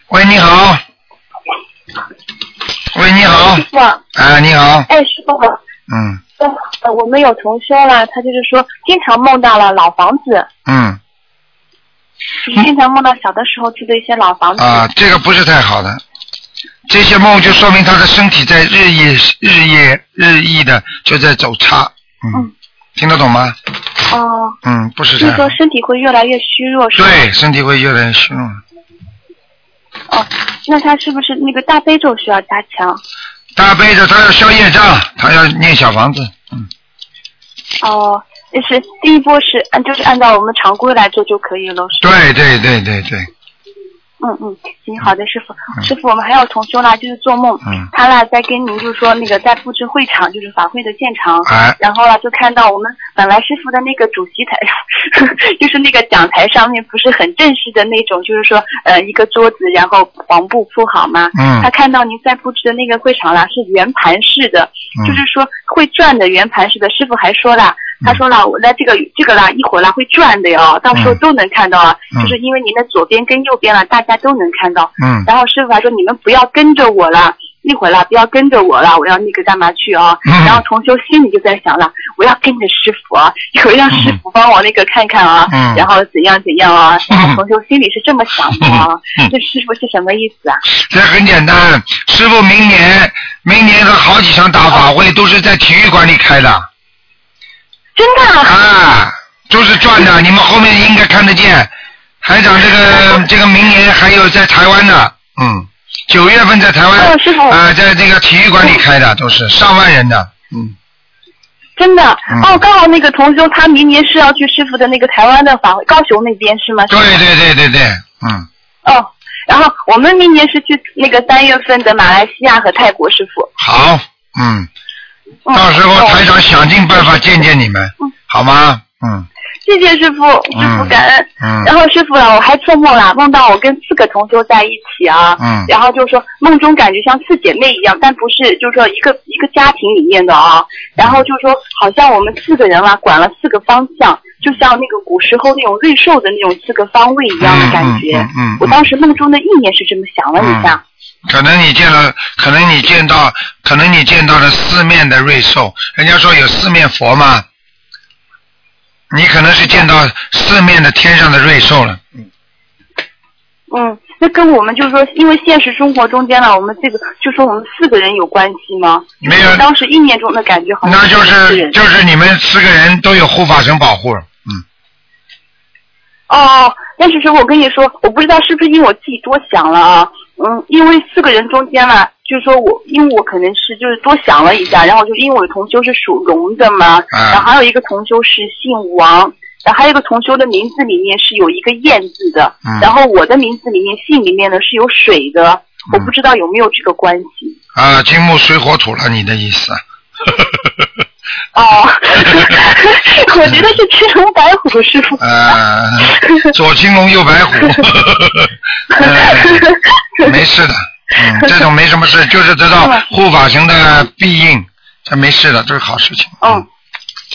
S2: 喂，你好。喂，你好。
S4: 师傅，
S2: 哎，你好。
S4: 哎，师傅，
S2: 嗯
S4: 呃，我们有同修了，他就是说经常梦到了老房子，
S2: 嗯
S4: 就是经常梦到小的时候住的一些老房子。
S2: 啊，这个不是太好的。这些梦就说明他的身体在日夜日夜日益的就在走差。嗯。
S4: 嗯
S2: 听得懂吗？
S4: 哦，
S2: 嗯，不是
S4: 就
S2: 太
S4: 是
S2: 好
S4: 说。身体会越来越虚弱，是吧？
S2: 对，身体会越来越虚弱。
S4: 那他是不是那个大悲咒需要加强？
S2: 大悲的，他要消业障，他要念小房子。嗯。
S4: 哦，就是第一波是按就是按照我们常规来做就可以了。是吧
S2: 对对对对对，
S4: 嗯嗯，行，好的，师傅。师傅，我们还有同修啦，就是做梦，
S2: 嗯
S4: 他啦在跟您就是说那个在布置会场，就是法会的现场，
S2: 哎
S4: 然后啦就看到我们本来师傅的那个主席台， 就是那个讲台上面不是很正式的那种，就是说呃一个桌子，然后黄布铺好吗？
S2: 嗯
S4: 他看到您在布置的那个会场啦是圆盘式的，
S2: 嗯
S4: 就是说会转的圆盘式的。师傅还说啦，他
S2: 嗯
S4: 说啦，我那这个这个啦一会儿啦会转的哟，到时候
S2: 嗯
S4: 都能看到啊，
S2: 嗯
S4: 就是因为您的左边跟右边啦，大家都能看到。
S2: 嗯
S4: 然后师傅还说你们不要跟着我了，一会儿啦不要跟着我了，我要那个干嘛去啊？
S2: 嗯
S4: 然后同修心里就在想了，我要跟着师傅啊，一会儿让师傅帮我那个看看啊，
S2: 嗯
S4: 然后怎样怎样啊？
S2: 嗯
S4: 然后同修心里是这么想的啊，
S2: 嗯
S4: 这师傅是什么意思啊？
S2: 这很简单。师傅明年明年的好几场大法会都是在体育馆里开的。
S4: 真的啊、
S2: 啊，就是转的，你们后面应该看得见。台长，这个这个明年还有在台湾的，嗯，九月份在台湾，
S4: 哦师嗯傅
S2: 啊、在这个体育馆里开的，都是上万人的，嗯，
S4: 真的、
S2: 嗯
S4: 哦，刚好那个同修他明年是要去师傅的那个台湾的法会，高雄那边是吗？
S2: 对对对对对，嗯，
S4: 哦，然后我们明年是去那个三月份的马来西亚和泰国，师傅。
S2: 好，嗯，
S4: 嗯
S2: 到时候
S4: 哦
S2: 台长想尽办法见见你们，好吗？嗯
S4: 谢谢师傅，师傅感恩。然
S2: 嗯
S4: 后师傅啊，我还做梦啦，梦到我跟四个同修在一起啊，
S2: 嗯
S4: 然后就说梦中感觉像四姐妹一样，但不是，就是说一个一个家庭里面的啊，然后就说好像我们四个人啊，管了四个方向，就像那个古时候那种瑞兽的那种四个方位一样的感觉。
S2: 嗯嗯嗯嗯嗯
S4: 我当时梦中的意念是这么想了一下，
S2: 可能你见了，可能你见到，可能你见到了四面的瑞兽。人家说有四面佛嘛，你可能是见到四面的天上的瑞兽了。
S4: 嗯那跟我们就是说，因为现实生活中间呢，我们这个就说我们四个人有关系吗？
S2: 没有
S4: 当时意念中的感觉好像
S2: 那就
S4: 四个
S2: 是
S4: 人
S2: 就是你们四个人都有护法神保护，嗯，
S4: 哦，但是师傅，我跟你说，我不知道是不是因为我自己多想了啊，嗯，因为四个人中间嘛，就是说我，因为我可能是就是多想了一下，然后就因为我同修是属龙的嘛，
S2: 啊
S4: 然后还有一个同修是姓王。然后还有一个同修的名字里面是有一个“燕”字的，
S2: 嗯
S4: 然后我的名字里面姓里面呢是有水的，
S2: 嗯
S4: 我不知道有没有这个关系。
S2: 啊，金木水火土了，你的意思？啊
S4: 哦，我觉得是吃龙白虎，师傅。
S2: 呃，左青龙右 白虎，呃没事的，嗯，这种没什么事，就是得到
S4: 嗯
S2: 护法神的庇应，这没事的，这是好事情。
S4: 嗯，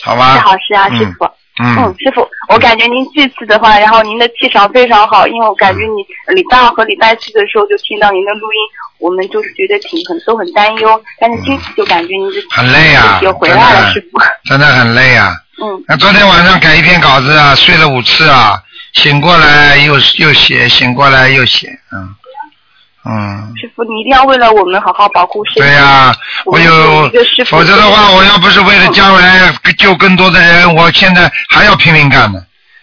S2: 好
S4: 是
S2: 吧
S4: 好。事啊，师傅。
S2: 嗯
S4: 嗯，师傅，我感觉您这次的话，然后您的气场非常好，因为我感
S2: 嗯
S4: 觉你礼拜二和礼拜四的时候就听到您的录音，我们就是觉得挺很都很担忧，但是今次就感觉您的
S2: 很累啊
S4: 也回来了，
S2: 真的
S4: 师傅。
S2: 真的很累啊。
S4: 嗯，
S2: 那昨天晚上改一篇稿子啊，睡了五次啊，醒过来又又写，醒过来又写，嗯嗯，
S4: 师傅，你一定要为了我们好好保护身体。
S2: 对呀、
S4: 我
S2: 我
S4: 们有
S2: 有
S4: 一个师，傅
S2: 否则的话，我要不是为了将来救更多的人，我现在还要拼命干呢。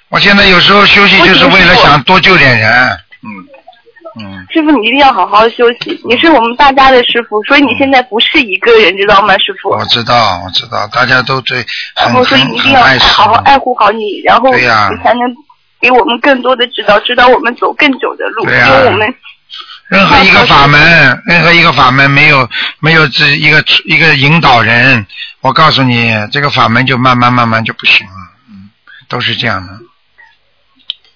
S2: 我现在有时候休息就是为了想多救点人，嗯嗯。
S4: 师傅，你一定要好好休息，你是我们大家的师傅，所以你现在不是一个人，知道吗，师傅？
S2: 我知道，我知道，大家都对很
S4: 我说
S2: 很
S4: 你一定
S2: 很
S4: 要
S2: 爱师
S4: 好好
S2: 傅，
S4: 爱护好你，然后
S2: 对
S4: 你
S2: 呀
S4: 才能给我们更多的指导，指导我们走更久的路，
S2: 对呀
S4: 因为我们
S2: 任何一个法门，任何一个法门没有没有这一个一个引导人，我告诉你，这个法门就慢慢慢慢就不行了，嗯，都是这样的，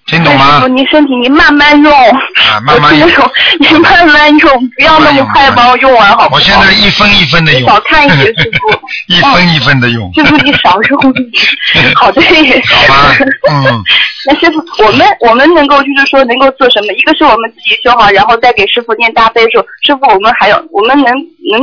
S2: 听懂
S4: 但
S2: 吗
S4: 师傅，？您身体您慢慢 用，
S2: 啊，慢慢
S4: 我听得懂，您慢慢用，不要那么快把我用完，好不好？
S2: 我现在一分一分的
S4: 你
S2: 用，
S4: 少看一些，师傅，
S2: 一分一分的用，
S4: 师傅你少用一 点，好的，
S2: 好吧？嗯，
S4: 那师傅，我们我们能够就是说能够做什么？一个是我们自己修好，然后再给师傅念大悲咒。师傅，我们还有我们能能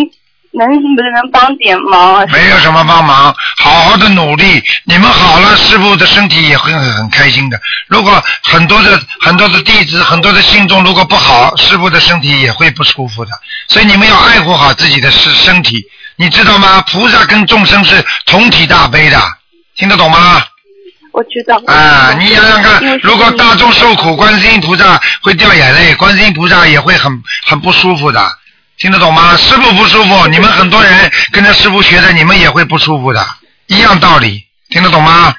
S4: 能不能帮点忙啊？
S2: 没有什么帮忙，好好的努力，你们好了，师傅的身体也会很很开心的。如果很多的很多的弟子、很多的信众如果不好，师傅的身体也会不舒服的。所以你们要爱护好自己的身身体，你知道吗？菩萨跟众生是同体大悲的，听得懂吗？
S4: 我知道。
S2: 啊，你想想
S4: 因为
S2: 看，
S4: 是
S2: 如果
S4: 你
S2: 大众受苦，观世音菩萨会掉眼泪，观世音菩萨也会很很不舒服的，听得懂吗？师傅不舒服，你们很多人跟着师傅学的，你们也会不舒服的，一样道理，听得懂吗？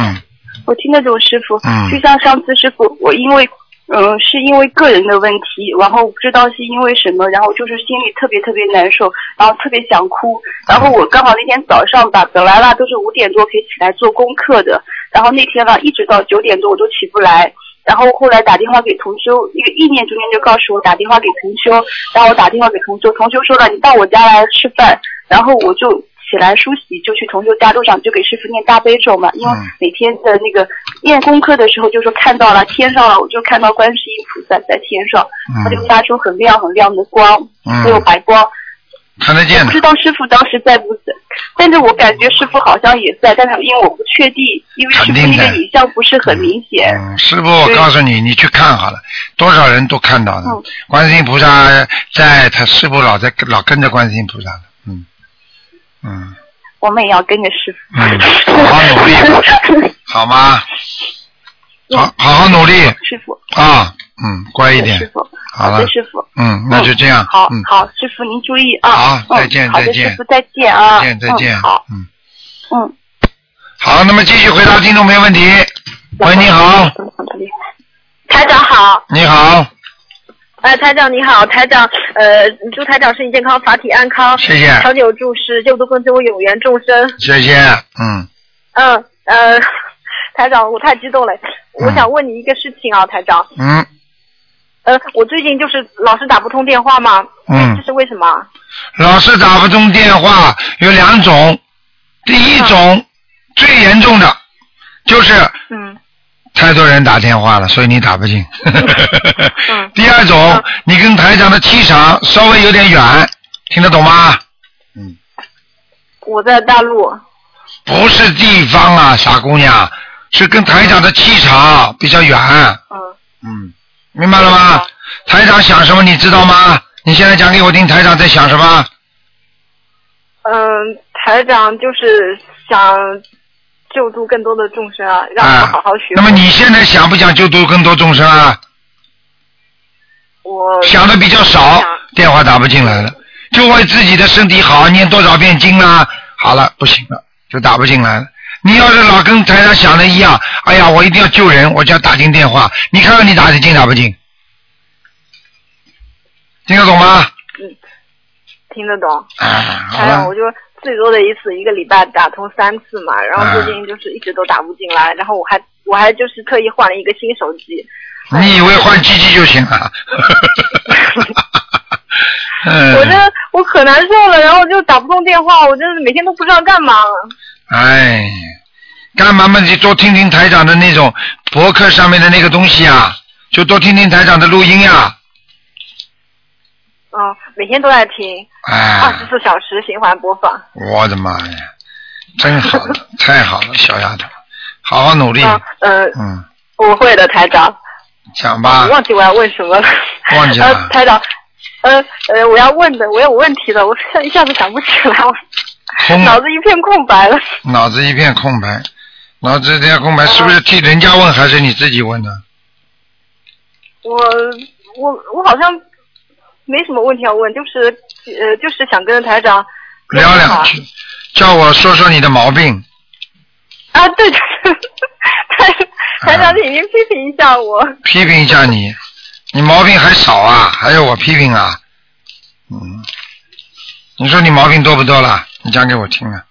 S2: 嗯，
S4: 我听得懂师傅，
S2: 嗯
S4: 就像上次师傅，我因为嗯、呃是因为个人的问题，然后不知道是因为什么，然后就是心里特别特别难受，然后特别想哭，然后我刚好那天早上吧，本来吧都是五点多可以起来做功课的，然后那天吧一直到九点多我都起不来。然后后来打电话给同修，一个意念中间就告诉我打电话给同修，然后我打电话给同修，同修说了你到我家来吃饭，然后我就起来梳洗，就去同修家路上就给师傅念大悲咒嘛，因为
S2: 嗯
S4: 每天的那个念功课的时候，就说看到了天上了，我就看到观世音菩萨在天上，他就发出很亮很亮的光，
S2: 嗯
S4: 没有白光。
S2: 看得见
S4: 不
S2: 的
S4: 知，道师傅当时在不在，但是我感觉师傅好像也在，但是因为我不确定，因为师
S2: 肯
S4: 傅
S2: 定
S4: 那
S2: 的
S4: 个影像不是很明显。
S2: 嗯，师傅，我告诉你，你去看好了，多少人都看到的
S4: 嗯，
S2: 观世音菩萨在，他师傅老在老跟着观世音菩萨的，嗯，嗯
S4: 我们也要跟着师傅。
S2: 嗯，好好努力， 好吗？好，好好努力
S4: 嗯师傅，
S2: 啊，嗯，乖一点
S4: 师，傅，
S2: 好
S4: 好
S2: 了
S4: 的，师傅，
S2: 嗯，那就这样，
S4: 好
S2: 嗯，
S4: 好，师傅您注意啊。
S2: 好
S4: 嗯
S2: 再见
S4: 好的
S2: 再见
S4: 师傅再见啊。
S2: 再见再见
S4: 嗯好，，
S2: 嗯，
S4: 嗯。
S2: 好，那么继续回答听众朋友问题。喂，你好，
S7: 台长好，
S2: 你好，
S7: 呃，台长你好，台长，呃，祝台长身体健康，法体安康，
S2: 谢谢
S7: 长久住世，救度更多有缘众生。
S2: 谢谢，嗯，
S7: 嗯，呃， 台长，我太激动了，我想问你一个事情啊，台长，
S2: 嗯
S7: 呃，我最近就是老是打不通电话嘛，
S2: 嗯
S7: 这，是为什么？
S2: 老是打不通电话有两种，第一
S4: 嗯
S2: 种最严重的就是
S7: 嗯
S2: 太多人打电话了，所以你打不 进。
S4: 嗯
S2: 第二种，你跟台长的气场稍微有点远，听得懂吗？
S7: 我在大陆，
S2: 不是地方啊，傻姑娘，是跟台长的气场比较远。
S7: 嗯，
S2: 嗯，明白了吗？台长想什么你知道吗？你现在讲给我听，台长在想什么？
S7: 嗯、台长就是想救度更多的众生啊，让我
S2: 啊
S7: 好好学。
S2: 那么你现在想不想救度更多众生啊？
S7: 我
S2: 想的比较少
S7: 想，
S2: 电话打不进来了，就为自己的身体好，念多少遍经啦、好了，不行了，就打不进来了。你要是老跟台长想的一样，哎呀，我一定要救人，我就要打进电话，你看看你打得进打不进？听得懂吗？
S7: 听得懂。
S2: 啊，好
S7: 哎呀，
S2: 了，
S7: 我就最多的一次，一个礼拜打通三次嘛，然后
S2: 啊
S7: 最近就是一直都打不进来，然后我还我还就是特意换了一个新手机，
S2: 你以为
S7: 哎
S2: 换鸡鸡就行啊 了？嗯
S7: 我这我可难受了，然后就打不通电话，我真是每天都不知道干嘛。
S2: 哎，干嘛嘛？你多听听台长的那种博客上面的那个东西啊，就多听听台长的录音啊呀、
S7: 嗯，每天都在听，二
S2: 哎
S7: 十，四小时循环播放。
S2: 我的妈呀，真好 了，太好了，小丫头，好好努力，
S7: 嗯呃，
S2: 嗯，
S7: 我会的，台长。
S2: 讲吧
S7: 我，忘记我要问什么了。
S2: 啊忘记了
S7: 呃，台长，呃呃，我要问的，我有问题的，我一下子想不起来，我
S2: 空
S7: 脑子一片空白了。
S2: 脑子一片空白，脑子一片空白，是
S7: 啊
S2: 不是替人家问还是你自己问呢？
S7: 我我我好像没什么问题要问，就是呃，就是想跟台长
S2: 聊两句，叫我说说你的毛病，
S7: 啊，对， 台台长，请您批评一下我。
S2: 批评一下你，你毛病还少啊，还要我批评啊？嗯，你说你毛病多不多啦？你讲给我听啊。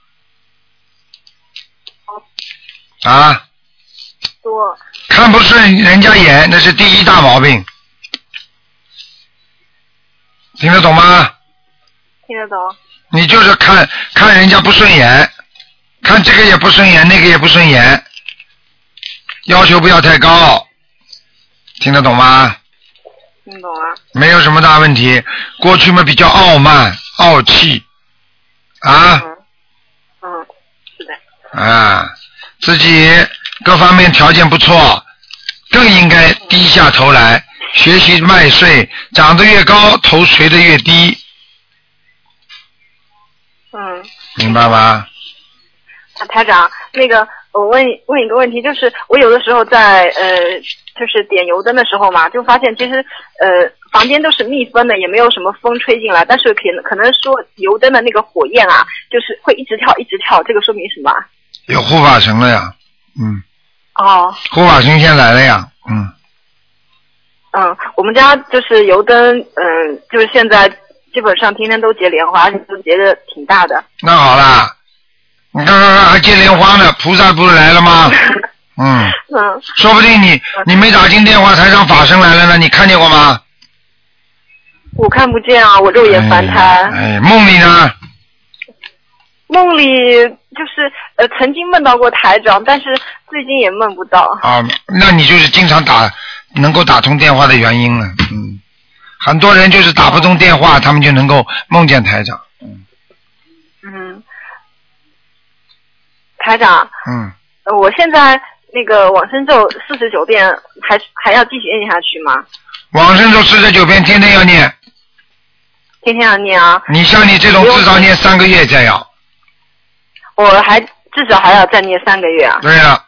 S2: 啊，
S7: 多
S2: 看不顺人家眼，那是第一大毛病。听得懂吗？
S7: 听得懂？
S2: 你就是看看人家不顺眼，看这个也不顺眼，那个也不顺眼，要求不要太高，听得懂吗？
S7: 听懂啊？
S2: 没有什么大问题。过去嘛比较傲慢、傲气，啊
S7: 嗯，是的，
S2: 啊，自己各方面条件不错，更应该低下头来学习麦穗，长得越高，头垂得越低，
S7: 嗯。
S2: 明白吗？
S7: 啊台长，那个我问你问你个问题，就是我有的时候在呃，就是点油灯的时候嘛，就发现其实呃房间都是密封的，也没有什么风吹进来，但是可能可能说油灯的那个火焰啊，就是会一直跳一直跳，这个说明什么啊？
S2: 有护法神了呀，嗯，
S7: 哦，
S2: 护法神先来了呀，嗯，
S7: 嗯，我们家就是油灯，嗯，就是现在基本上天天都结莲花，而且都结的挺大的。
S2: 那好啦，你看看看还接莲花呢，菩萨不是来了吗？嗯，
S7: 嗯，
S2: 说不定你你没打进电话，台上法身来了呢，你看见过吗？
S7: 我看不见啊，我肉眼凡胎。
S2: 哎，梦里呢？
S7: 梦里就是呃，曾经梦到过台长，但是最近也梦不到。
S2: 啊，那你就是经常打能够打通电话的原因了。嗯，很多人就是打不通电话，他们就能够梦见台长。
S7: 嗯，台长，
S2: 嗯，
S7: 呃我现在那个往生咒四十九遍还还要继续念下去吗？
S2: 往生咒四十九遍，天天要念。
S7: 天天要念啊。
S2: 你像你这种至少念三个月再要。
S7: 我还至少还要再念三个月啊。
S2: 对了，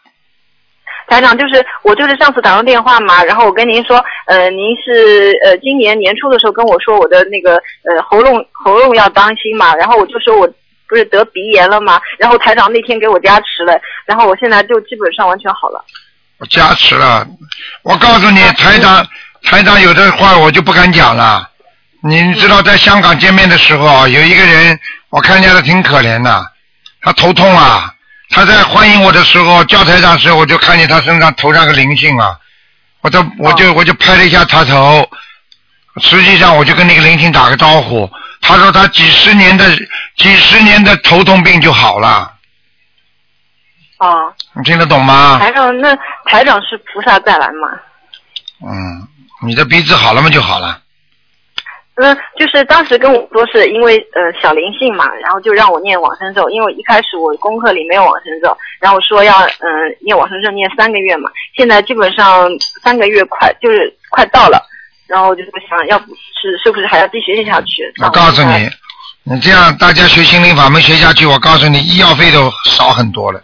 S7: 台长，就是我就是上次打通电话嘛，然后我跟您说，呃，您是呃今年年初的时候跟我说我的那个呃喉咙喉咙要当心嘛，然后我就说我不是得鼻炎了嘛，然后台长那天给我加持了，然后我现在就基本上完全好了。
S2: 我加持了。我告诉你，台长，台长有的话我就不敢讲了。你知道，在香港见面的时候啊，有一个人，我看见他挺可怜的，他头痛啊。他在欢迎我的时候，叫台长的时候，我就看见他身上头上个灵性啊，我都我就我就拍了一下他头，实际上我就跟那个灵性打个招呼，他说他几十年的几十年的头痛病就好了，
S7: 哦，
S2: 你听得懂吗？
S7: 台长，那台长是菩萨再来嘛？
S2: 嗯，你的鼻子好了吗？就好了。
S7: 嗯，就是当时跟我说是因为呃小灵性嘛，然后就让我念往生咒，因为一开始我功课里没有往生咒，然后说要嗯、呃念往生咒念三个月嘛，现在基本上三个月快就是快到了，然后我就想要不是是不是还要继续念下去？
S2: 我告诉你，你这样大家学心灵法门学下去，我告诉你，医药费都少很多了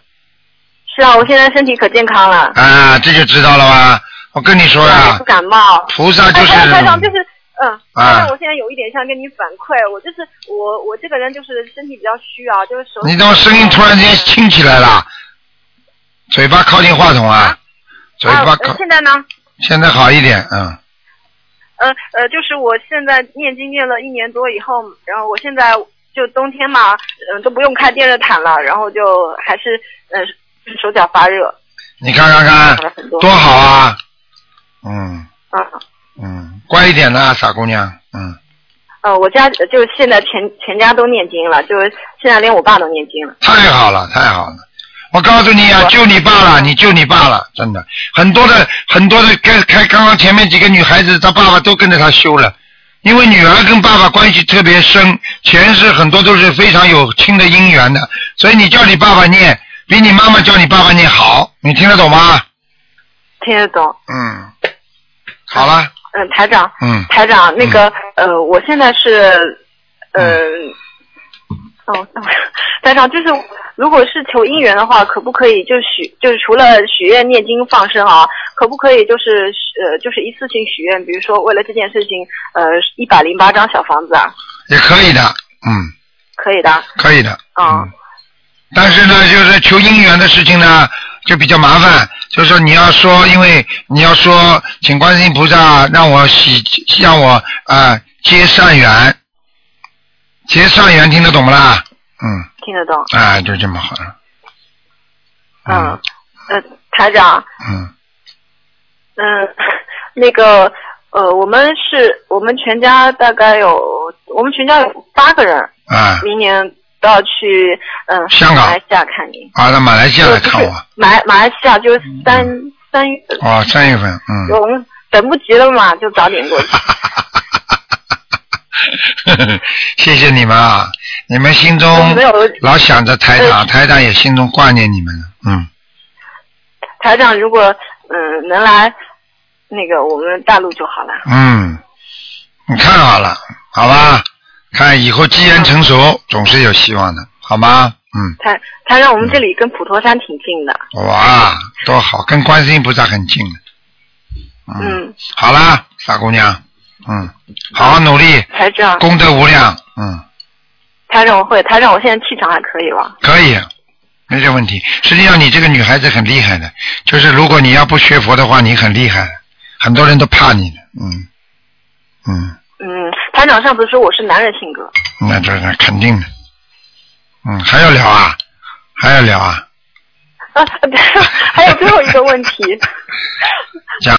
S7: 是啊，我现在身体可健康了，
S2: 啊，这就知道了吧？我跟你说啊呀、
S7: 哎不感冒。
S2: 菩萨就是
S7: 哎台长就是，嗯，
S2: 啊
S7: 但我现在有一点想跟你反馈，我就是我我这个人就是身体比较虚啊，就是手。啊
S2: 你怎么声音突然之间轻起来了？嘴巴靠近话筒啊，嘴巴
S7: 啊
S2: 靠
S7: 呃，现在呢？
S2: 现在好一点，嗯，
S7: 呃呃，就是我现在念经念了一年多以后，然后我现在就冬天嘛，嗯、都不用开电热毯了，然后就还是嗯、呃、手脚发热。
S2: 你看看看
S7: 好了很，多
S2: 多好啊，嗯
S7: 啊，
S2: 嗯，乖一点啦，傻姑娘，嗯，
S7: 呃，我家呃就是现在全全家都念经了，就是现在连我爸都念经了。
S2: 太好了，太好了。我告诉你啊，救你爸了，你救你爸了，真的，很多的很多的开开，刚刚前面几个女孩子，她爸爸都跟着她修了，因为女儿跟爸爸关系特别深，前世很多都是非常有亲的姻缘的，所以你叫你爸爸念，比你妈妈叫你爸爸念好，你听得懂吗？
S7: 听得懂？
S2: 嗯，好了，
S7: 嗯、台长，
S2: 嗯，
S7: 台长，那个、呃，我现在是呃。哦，等会儿台长，就是如果是求姻缘的话，可不可以就许就是除了许愿、念经、放生啊，可不可以就是呃就是一次性许愿，比如说为了这件事情，呃一百零八张小房子啊，
S2: 也可以的，嗯，
S7: 可以的
S2: 可以的，嗯
S7: 啊、
S2: 但是呢，就是求姻缘的事情呢，就比较麻烦。就是说你要说，因为你要说，请观世音菩萨让我喜，让我啊、呃结善缘，结善缘听得懂不啦？嗯，
S7: 听得懂？
S2: 哎，就这么好了。
S7: 嗯，呃，台长，
S2: 嗯，
S7: 嗯，那个呃，我们是我们全家大概有我们全家有八个人，
S2: 啊
S7: 明年都要去嗯、呃
S2: 香港
S7: 马来西亚看您，
S2: 啊，到马来西亚来看 我。
S7: 马马来西亚就是三三月
S2: 哦，三月份，嗯，
S7: 我们等不及了嘛，就早点过去。
S2: 嗯 谢谢你们啊，你们心中
S7: 没有哎
S2: 老想着台长，台长也心中挂念你们了，嗯。
S7: 台长，如果嗯、能来那个我们大陆就好了。
S2: 嗯，你看好了，好吧？看以后机缘成熟，总是有希望的，好吗？嗯，
S7: 台台长，我们这里跟普陀山挺近的。
S2: 哇，多好，跟观世音菩萨很近的。嗯，
S7: 嗯，
S2: 好啦，傻姑娘，嗯，好好努力，
S7: 台长，
S2: 功德无量，嗯，
S7: 台长我会，台长我现在气场还可以吧？
S2: 可以，没这问题。实际上你这个女孩子很厉害的，就是如果你要不学佛的话，你很厉害，很多人都怕你的，嗯，嗯，
S7: 嗯，台长上次说我是男人性格，
S2: 那这那肯定的，嗯，还要聊啊，还要聊啊，
S7: 啊，对 还有最后一个问 题，
S2: 讲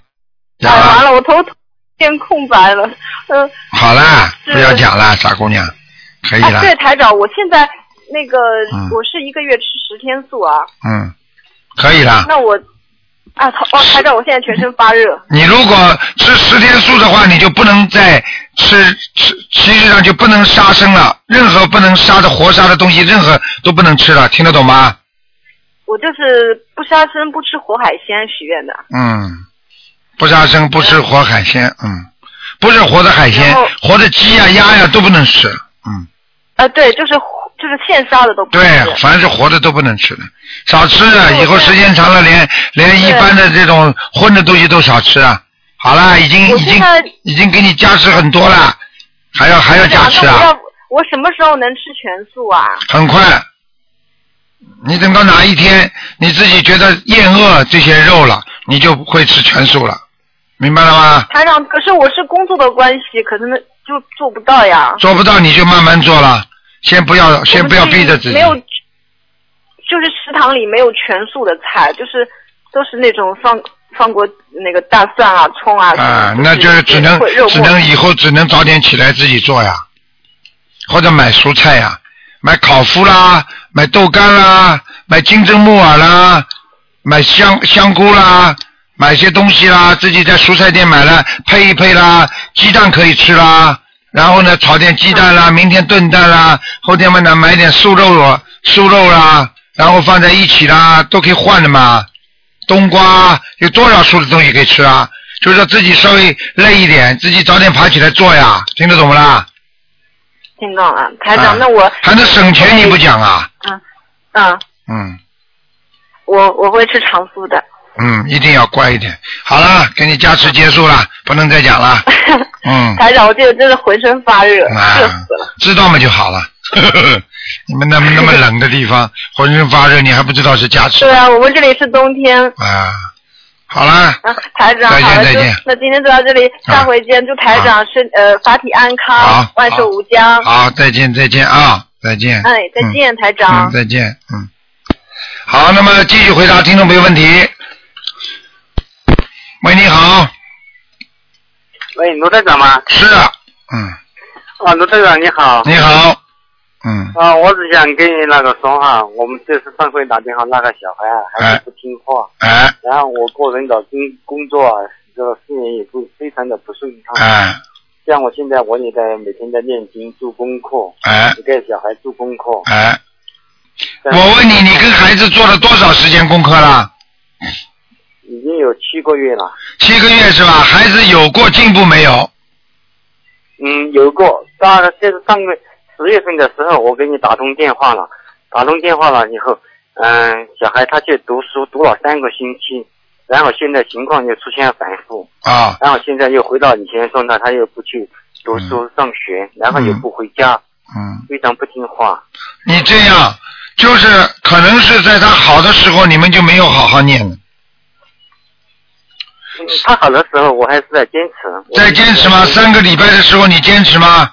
S2: 讲
S7: 哎，
S2: 啊
S7: 完了，我头突变空白了，嗯、
S2: 好啦，
S7: 是
S2: 不要讲啦，傻姑娘，可以
S7: 啊，
S2: 啦，
S7: 对，台长，我现在那个、
S2: 嗯
S7: 我是一个月吃十天素啊，
S2: 嗯，可以啦。
S7: 那我啊，台哦，台长，我现在全身发热，
S2: 你如果吃十天素的话，你就不能再吃吃，实际上就不能杀生了，任何不能杀的活杀的东西，任何都不能吃了，听得懂吗？
S7: 我就是不杀生、不吃活海鲜许愿的，
S2: 嗯，不杀生，不吃活海鲜，嗯，不是活的海鲜
S7: 然后，
S2: 活的鸡呀、鸭呀、都不能吃，
S7: 啊，对，就是就是现杀的都不吃
S2: 对，凡是活的都不能吃的，少吃啊！
S7: 对
S2: 以后时间长了连，连一
S7: 对
S2: 般的这种荤的东西都少吃啊。好啦，已经
S7: 我
S2: 已
S7: 现
S2: 经
S7: 在
S2: 已经给你加持很多了，还要还要加持
S7: 台长那我
S2: 啊
S7: 要，我什么时候能吃全素啊？
S2: 很快。你等到哪一天你自己觉得厌恶这些肉了，你就不会吃全素了，明白了吗？
S7: 台长，可是我是工作的关系，可能就做不到呀。
S2: 做不到你就慢慢做了，先不要先不要逼着自己
S7: 没。有，就是食堂里没有全素的菜，就是都是那种放放过那个大蒜啊、葱啊。
S2: 啊
S7: 什，么
S2: 那就是只能
S7: 会肉末
S2: 只能以后只能早点起来自己做呀，或者买蔬菜呀，买烤麸啦，买豆干啦，买金针木耳啦，买香香菇啦，买些东西啦，自己在蔬菜店买了配一配啦，鸡蛋可以吃啦，然后呢炒点鸡蛋啦，明天炖蛋啦，后天嘛呢买点素肉咯，素肉啦，然后放在一起啦，都可以换的嘛。冬瓜有多少素的东西可以吃啊？就是说自己稍微累一点，自己早点爬起来做呀，听得懂不啦？
S7: 听到了，台长，
S2: 啊
S7: 那我
S2: 还能省钱你不讲啊？
S7: 嗯，
S2: 嗯
S7: 我我会吃长素的。
S2: 嗯，一定要乖一点。好了，给你加持结束了，不能再讲 了。嗯，
S7: 台长，我这个真的浑身发热，
S2: 啊
S7: 热死了。
S2: 知道嘛就好了。 你们那么那么冷的地 方，浑身发热，你还不知道是加持
S7: 对啊，我们这里是冬天
S2: 啊？好了，
S7: 啊，台长，
S2: 再见
S7: 好了，
S2: 再
S7: 就
S2: 见啊
S7: 那今天就到这里，下回见。祝台长身呃法体安康
S2: 好，
S7: 万寿无疆。
S2: 好，再见再见啊，再见。
S7: 哎，再
S2: 嗯
S7: 见，台
S2: 嗯，
S7: 长。
S2: 再见，嗯。好，那么继续回答听众朋友问题。喂，你好，
S8: 喂，卢队长吗？
S2: 是，嗯，
S8: 啊，卢队长你好。
S2: 你好，嗯，
S8: 啊，我只想跟你那个说哈，我们这次上回打电话那个小孩啊，还
S2: 哎
S8: 是不听话，
S2: 哎，
S8: 然后我个人的工工作啊，这个事业也不非常的不顺畅。
S2: 哎，
S8: 像我现在我也在每天在念经做功课，
S2: 哎，
S8: 给小孩做功课。
S2: 哎，
S8: 但
S2: 我问你，你跟孩子做了多少时间功课了？
S8: 已经有七个月了，
S2: 七个月是吧？啊孩子有过进步没有？
S8: 嗯，有个，大概就是上个十月份的时候，我给你打通电话了，打通电话了以后，嗯、小孩他去读书读了三个星期，然后现在情况又出现了反复，
S2: 啊，
S8: 然后现在又回到以前的状态，他又不去读书上学，然后又不回家，
S2: 嗯，
S8: 非常不听话。
S2: 你这样就是可能是在他好的时候，你们就没有好好念了，
S8: 嗯他好的时候，我还是在坚持，我
S2: 在坚持吗？三个礼拜的时候你坚持吗？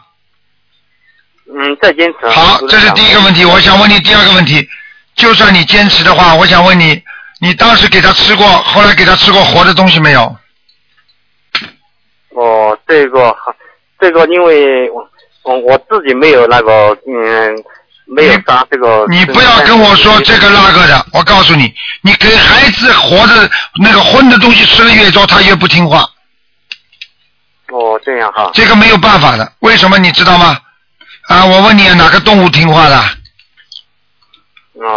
S8: 嗯，在坚持。
S2: 好，这是第一个问题。我想问你第二个问题，就算你坚持的话，我想问你，你当时给他吃过，后来给他吃过活的东西没有？
S8: 哦，这个，这个因为我我我自己没有那个嗯，没有杀这个。
S2: 你不要跟我说这个那个的，我告诉你，你给孩子活的那个荤的东西吃的越多，他越不听话，
S8: 哦，这样哈。
S2: 这个没有办法的。为什么你知道吗？啊，我问你，哪个动物听话的？
S8: 啊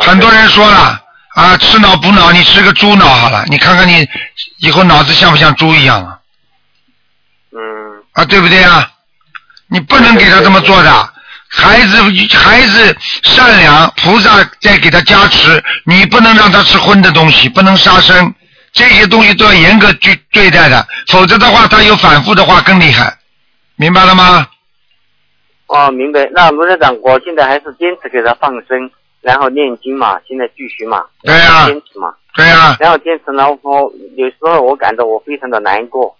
S2: 很多人说了啊，吃脑补脑，你吃个猪脑好了，你看看你以后脑子像不像猪一样啊？
S8: 嗯
S2: 啊，对不对啊？你不能给他这么做的。孩子，孩子善良，菩萨在给他加持，你不能让他吃荤的东西，不能杀生，这些东西都要严格去对待的，否则的话，他有反复的话更厉害，明白了吗？
S8: 哦，明白。那卢院长，我现在还是坚持给他放生，然后念经嘛，现在继续嘛，
S2: 对呀、
S8: 坚持嘛，
S2: 对呀、
S8: 然后坚持，然后有时候我感到我非常的难过，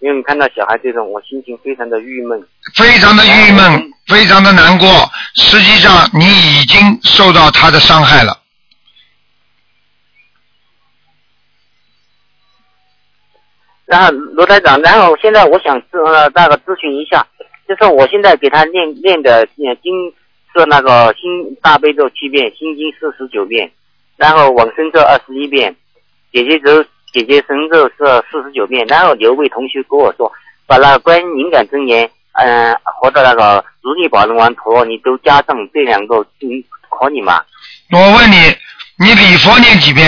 S8: 因为你看到小孩这种，我心情非常的郁闷。
S2: 非常的郁
S8: 哦
S2: 闷，非常的难过。实际上你已经受到他的伤害了，
S8: 然后罗台长，然后现在我想咨呃那个咨询一下，就是我现在给他念念的呃经是那个心大悲咒七遍，心经四十九遍，然后往生咒二十一遍，姐姐咒姐姐神咒是四十九遍，然后有位同学跟我说，把那个关于灵感真言，嗯、和到那个如意宝龙王陀罗尼都加上这两个，嗯，可以吗？
S2: 我问你，你礼佛念几遍？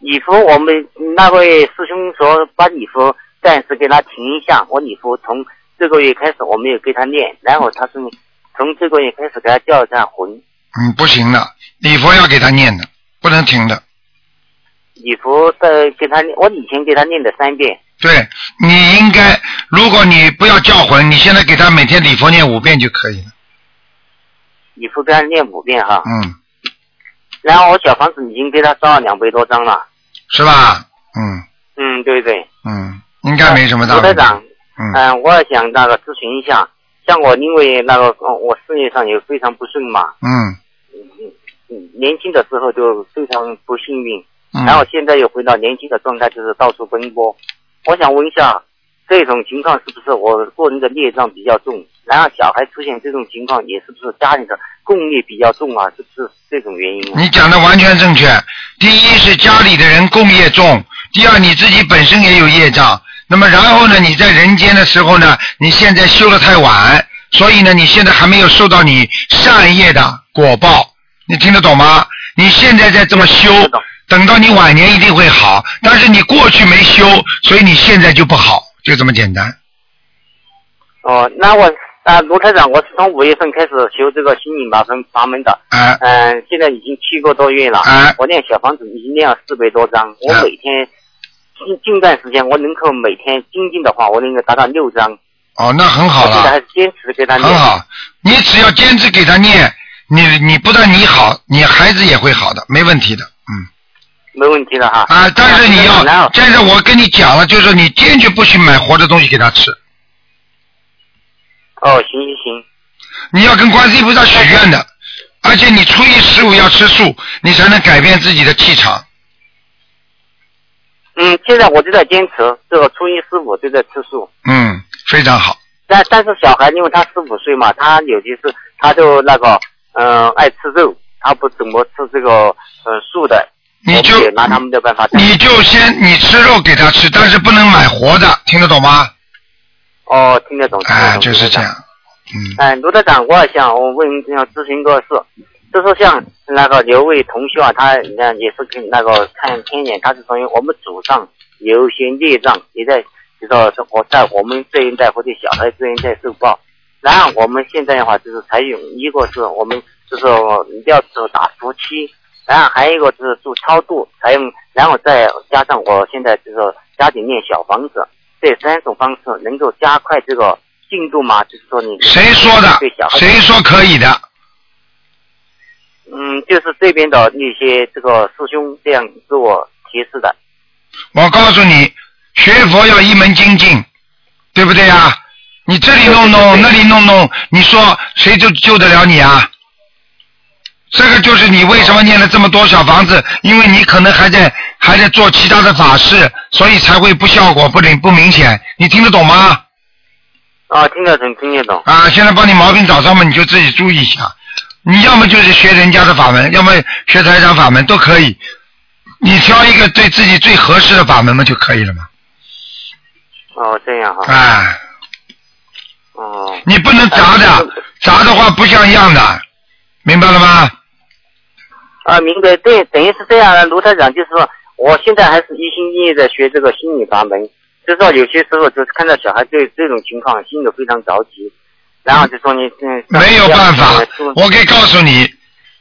S8: 礼服，我们那位师兄说把礼服暂时给他停一下。我礼服从这个月开始我没有给他念，然后他说你从这个月开始给他叫一下魂。
S2: 嗯，不行的，礼佛要给他念的，不能停的。
S8: 礼服的给他念，我以前给他念的三遍，
S2: 对你应该，如果你不要叫魂，你现在给他每天礼佛念五遍就可以了。
S8: 礼服给他念五遍哈。
S2: 嗯，
S8: 然后我小房子已经给他烧了两百多张了。
S2: 是吧？嗯
S8: 嗯，对对。
S2: 嗯，应该没什么大
S8: 卢台
S2: 问题。
S8: 长，
S2: 嗯
S8: 我想那个咨询一下，像我因为那个呃我事业上也非常不顺嘛，
S2: 嗯
S8: 嗯年轻的时候就非常不幸运，
S2: 嗯
S8: 然后现在又回到年轻的状态，就是到处奔波。我想问一下，这种情况是不是我个人的孽障比较重？然后小孩出现这种情况，也是不是家里的共业比较重啊？是不是这种原因啊？
S2: 你讲的完全正确。第一是家里的人共业重，第二你自己本身也有业障。那么然后呢，你在人间的时候呢，你现在修的太晚，所以呢，你现在还没有受到你善业的果报。你听得懂吗？你现在在这么修，等到你晚年一定会好。但是你过去没修，所以你现在就不好，就这么简单。
S8: 哦，那我啊，卢台长，我是从五月份开始修这个心灵法门法门的，
S2: 嗯、
S8: 现在已经七个多月了，
S2: 哎
S8: 我念小房子已经念了四百多张，
S2: 啊
S8: 我每天近近段时间我能够每天精进的话，我能够达到六张，
S2: 哦，那很好
S8: 我现在还
S2: 了
S8: 是，坚持给他念，
S2: 很好。你只要坚持给他念，你你不但你好，你孩子也会好的，没问题的。
S8: 没问题的哈。
S2: 啊，但是你要，
S8: 哦
S2: 但是我跟你讲了，就是你坚决不许买活的东西给他吃，
S8: 哦，行行行，
S2: 你要跟观世音菩萨许愿的，而且你初一十五要吃素，你才能改变自己的气场。
S8: 嗯，现在我就在坚持这个初一十五就在吃素，
S2: 嗯，非常好。
S8: 但但是小孩因为他十五岁嘛，他有些是他就那个嗯、呃爱吃肉，他不怎么吃这个呃素的，
S2: 你就
S8: 我们也拿他们的办法。
S2: 你就先你吃肉给他吃，但是不能买活的，听得懂吗？
S8: 哦，听得懂。
S2: 啊，就是这样。
S8: 哎，卢队长，我想我问要咨询个事，就说像那个有位同学啊，他你看也是跟那个看天眼，他是属于我们祖上有一些孽障，也在就说是我在我们这一代或者小孩这一代受报。然后我们现在的话就是采用一个是我们就是要走打夫妻，然后还有一个就是做超度，采用然后再加上我现在就是家里面小房子，这三种方式能够加快这个进度吗？就是说你
S2: 谁说的
S8: 对小？孩
S2: 谁说可以的？
S8: 嗯，就是这边的那些这个师兄这样给我提示的。
S2: 我告诉你，学佛要一门精进，对不对啊？你这里弄弄，那里弄弄，你说谁就救得了你啊？这个就是你为什么念了这么多小房子，因为你可能还在还在做其他的法事，所以才会不效果不灵不明显。你听得懂吗？
S8: 啊，听得懂，听得懂。
S2: 啊，现在帮你毛病找上门，你就自己注意一下。你要么就是学人家的法门，要么学财长法门都可以，你挑一个对自己最合适的法门嘛就可以了嘛。
S8: 哦，这样哈。
S2: 哎，
S8: 哦。
S2: 你不能砸的，砸的话不像样的，明白了吗？
S8: 啊，明白。对，等于是这样的，啊卢台长，就是说，我现在还是一心一意的学这个心理法门，就是说有些时候就是看到小孩对这种情况心里非常着急，然后就说你嗯。
S2: 没有办法
S8: 嗯出，
S2: 我可以告诉你，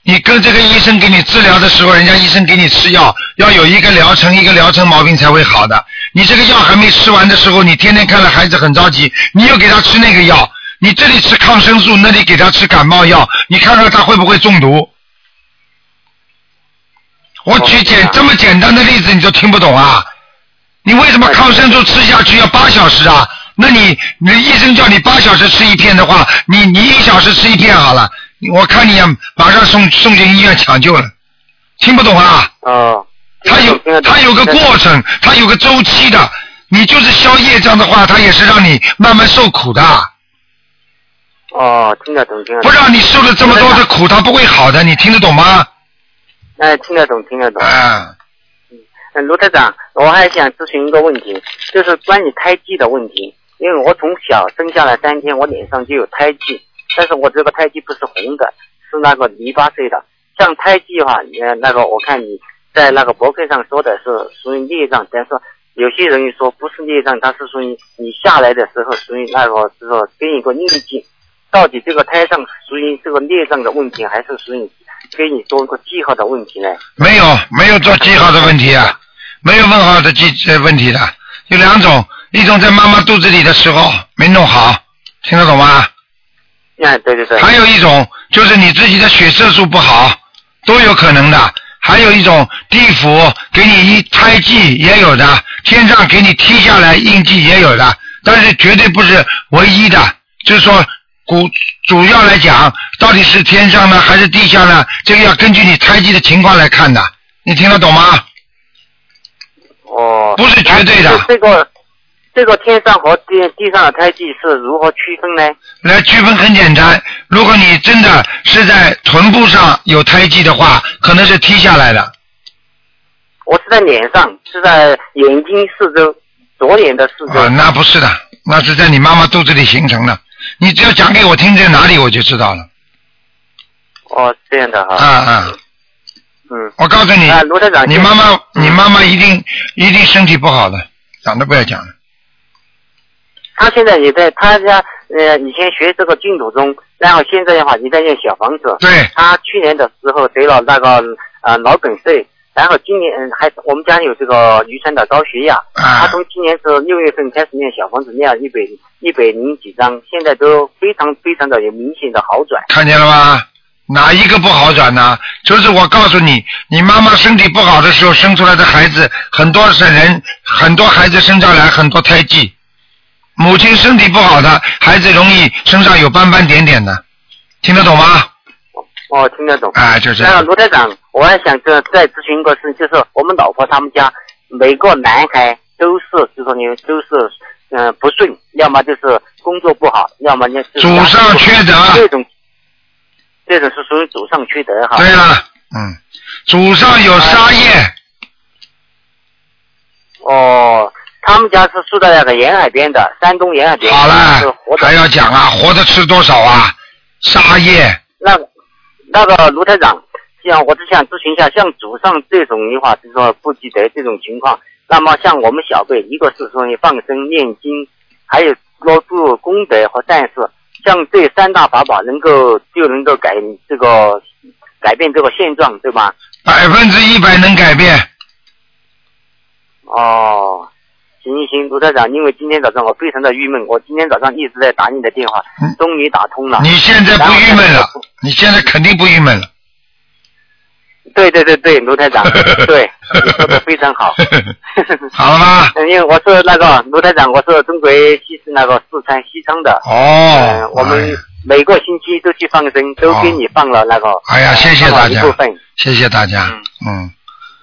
S2: 你跟这个医生给你治疗的时候，人家医生给你吃药，要有一个疗程，一个疗程毛病才会好的。你这个药还没吃完的时候，你天天看了孩子很着急，你又给他吃那个药，你这里吃抗生素，那里给他吃感冒药，你看看他会不会中毒？我举简这么简单的例子你都听不懂啊？你为什么抗生素吃下去要八小时啊？那你你医生叫你八小时吃一片的话，你你一小时吃一片好了，我看你呀，啊马上送送进医院抢救了，听不懂啊？
S8: 哦，
S2: 它有它有个过程，它有个周期的。你就是消业障的话，它也是让你慢慢受苦的，
S8: 哦，听得懂，听得
S2: 不
S8: 懂。
S2: 让你受了这么多的苦，它不会好的。你听得懂吗？
S8: 哎，听得懂，听得懂。
S2: 嗯。
S8: 嗯，卢台长，我还想咨询一个问题，就是关于胎记的问题。因为我从小生下来三天，我脸上就有胎记，但是我这个胎记不是红的，是那个泥巴碎的。像胎记的话，呃，那个我看你在那个博客上说的是属于孽障，但是有些人说不是孽障，它是属于你下来的时候属于那个是说跟一个逆境。到底这个胎上属于这个孽障的问题，还是属于给你做一个记号的问题呢？
S2: 没有没有做记号的问题啊，没有问号的记呃问题的，有两种，一种在妈妈肚子里的时候没弄好，听得懂吗？
S8: 哎，对对对。
S2: 还有一种就是你自己的血色素不好，都有可能的。还有一种地府给你一胎记也有的，天上给你踢下来印记也有的，但是绝对不是唯一的。就是说，主主要来讲，到底是天上呢还是地下呢？这个要根据你胎记的情况来看的。你听得懂吗？
S8: 哦，
S2: 不是绝对的
S8: 那这个这个天上和地地上的胎记是如何区分呢？
S2: 来区分很简单，如果你真的是在臀部上有胎记的话，可能是踢下来的。
S8: 我是在脸上，是在眼睛四周，左脸的四周。
S2: 啊，那不是的，那是在你妈妈肚子里形成的。你只要讲给我听在哪里，我就知道了。
S8: 哦，这样的哈。
S2: 啊啊，
S8: 嗯。
S2: 我告诉你，
S8: 啊，卢台长，
S2: 你
S8: 谢谢嗯
S2: 妈妈，你妈妈一定一定身体不好的，讲都不要讲了。
S8: 他现在也在他家呃以前学这个净土宗，然后现在的话也在念小房子。
S2: 对。
S8: 他去年的时候得了那个呃脑梗塞，然后今年嗯还我们家有这个遗传的高血压，他从今年是六月份开始念小房子，念了一百一百零几张，现在都非常非常的有明显的好转。
S2: 看见了吧？哪一个不好转呢？就是我告诉你，你妈妈身体不好的时候生出来的孩子，很多是人，很多孩子生下来很多胎记。母亲身体不好的孩子容易身上有斑斑点点的，听得懂吗？
S8: 哦，听得懂。
S2: 哎，就这
S8: 那
S2: 样。
S8: 卢台长，我还想这再咨询一个事，就是我们老婆他们家每个男孩都是，就说你都是，嗯、不顺，要么就是工作不好，要么就是
S2: 祖上缺德
S8: 这种，这种是属于祖上缺德哈。
S2: 对了，嗯，祖上
S8: 啊
S2: 有杀业，
S8: 哦，他们家是住在那个沿海边的，山东沿海边。好了，
S2: 还要讲啊，活着吃多少啊？杀业，
S8: 那那个卢台长，像我只想咨询一下，像祖上这种的话，就是说不积德这种情况，那么像我们小辈，一个是说你放生、念经，还有多做功德和善事，像这三大法宝能够就能够改这个改变这个现状，对吧？
S2: 百分之一百能改变。
S8: 哦，行行行，卢台长，因为今天早上我非常的郁闷，我今天早上一直在打你的电话，终于打通了。
S2: 嗯你现在
S8: 然
S2: 不
S8: 后
S2: 郁闷了？你现在肯定不郁闷了。
S8: 对对对对，卢 台长，对，你说的非常好。嗯
S2: 好了吗？
S8: 因为我是那个卢台长，我是中国西那个四川西昌的。
S2: 哦
S8: 呃我们每个星期都去放生，都给你放了那个。
S2: 哎呀，
S8: 呃
S2: 谢谢大
S8: 放了一
S2: 家
S8: 部分，
S2: 谢谢大家，嗯，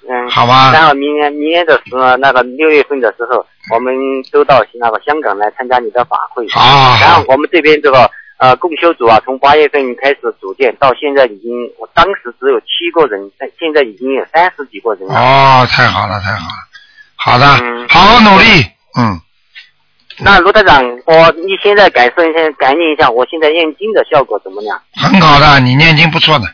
S8: 嗯，
S2: 好啊吧
S8: 然后明年明年的时候，那个六月份的时候，我们都到那个香港来参加你的法会。
S2: 好啊好好
S8: 然后我们这边这个呃共修组啊，从八月份开始组建，到现在已经，我当时只有七个人，但现在已经有三十几个人了。
S2: 哦，太好了，太好了，好的，好好努力，嗯，
S8: 那卢台长，我你现在感受一下，感应一下，我现在念经的效果怎么样？
S2: 很好的，你念经不错的，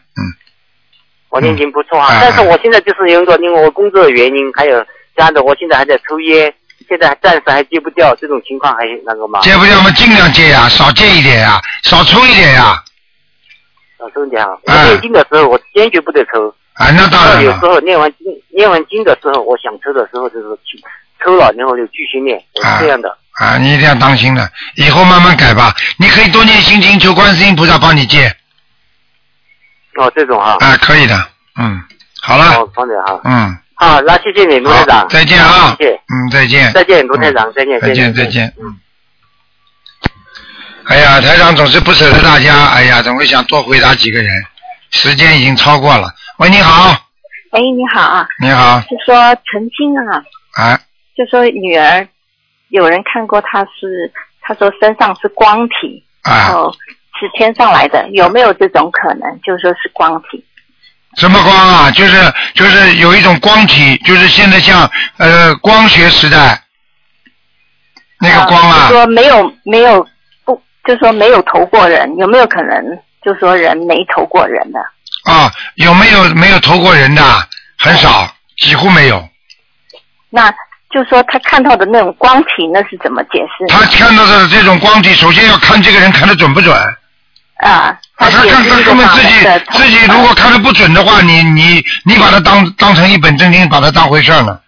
S8: 我念经不错啊，
S2: 嗯
S8: 但是我现在就是有一个，因为我工作的原因，还有加上我现在还在抽烟，现在还暂时还戒不掉，这种情况还那个吗？
S2: 戒不掉嘛，尽量戒呀，少戒一点呀，少抽一点呀，
S8: 少抽一点啊！我念经的时候，我坚决不得抽。
S2: 啊，嗯那当然了
S8: 有时候念完经，念完经的时候，我想抽的时候就是去抽了，然后就继续念，我是这样的。
S2: 啊，你一定要当心的，以后慢慢改吧。你可以多念心经，求观世音菩萨帮你戒，
S8: 哦，这种哈、
S2: 啊，可以的，嗯，哎好了
S8: 哦，方点哈。
S2: 嗯，
S8: 好，那谢谢你，卢台
S2: 好
S8: 长。，
S2: 再见啊，
S8: 谢谢。
S2: 嗯，再见，
S8: 再见，卢台长，再见，
S2: 再见，再
S8: 再
S2: 见，嗯。哎呀，台长总是不舍得大家，哎呀，总会想多回答几个人，时间已经超过了。喂，你好，
S9: 喂，你好啊，
S2: 你好，
S9: 是说曾经啊，
S2: 哎，
S9: 就说女儿有人看过她是，她说身上是光体，
S2: 哎啊
S9: 然后是天上来的，有没有这种可能？就说是光体，
S2: 什么光啊？就是就是有一种光体，就是现在像呃光学时代那个光啊
S9: 就，说没有没有不，就说没有投过人，有没有可能？就说人没投过人的，
S2: 啊，有没有没有投过人的？很少，几乎没有。
S9: 那就说她看到的那种光体，那是怎么解释呢？
S2: 他看到的这种光体，首先要看这个人看得准不准。
S9: 啊，
S2: 他看他根本自己自己如果看得不准的话，你你你把它当当成一本正经，把它当回事儿了。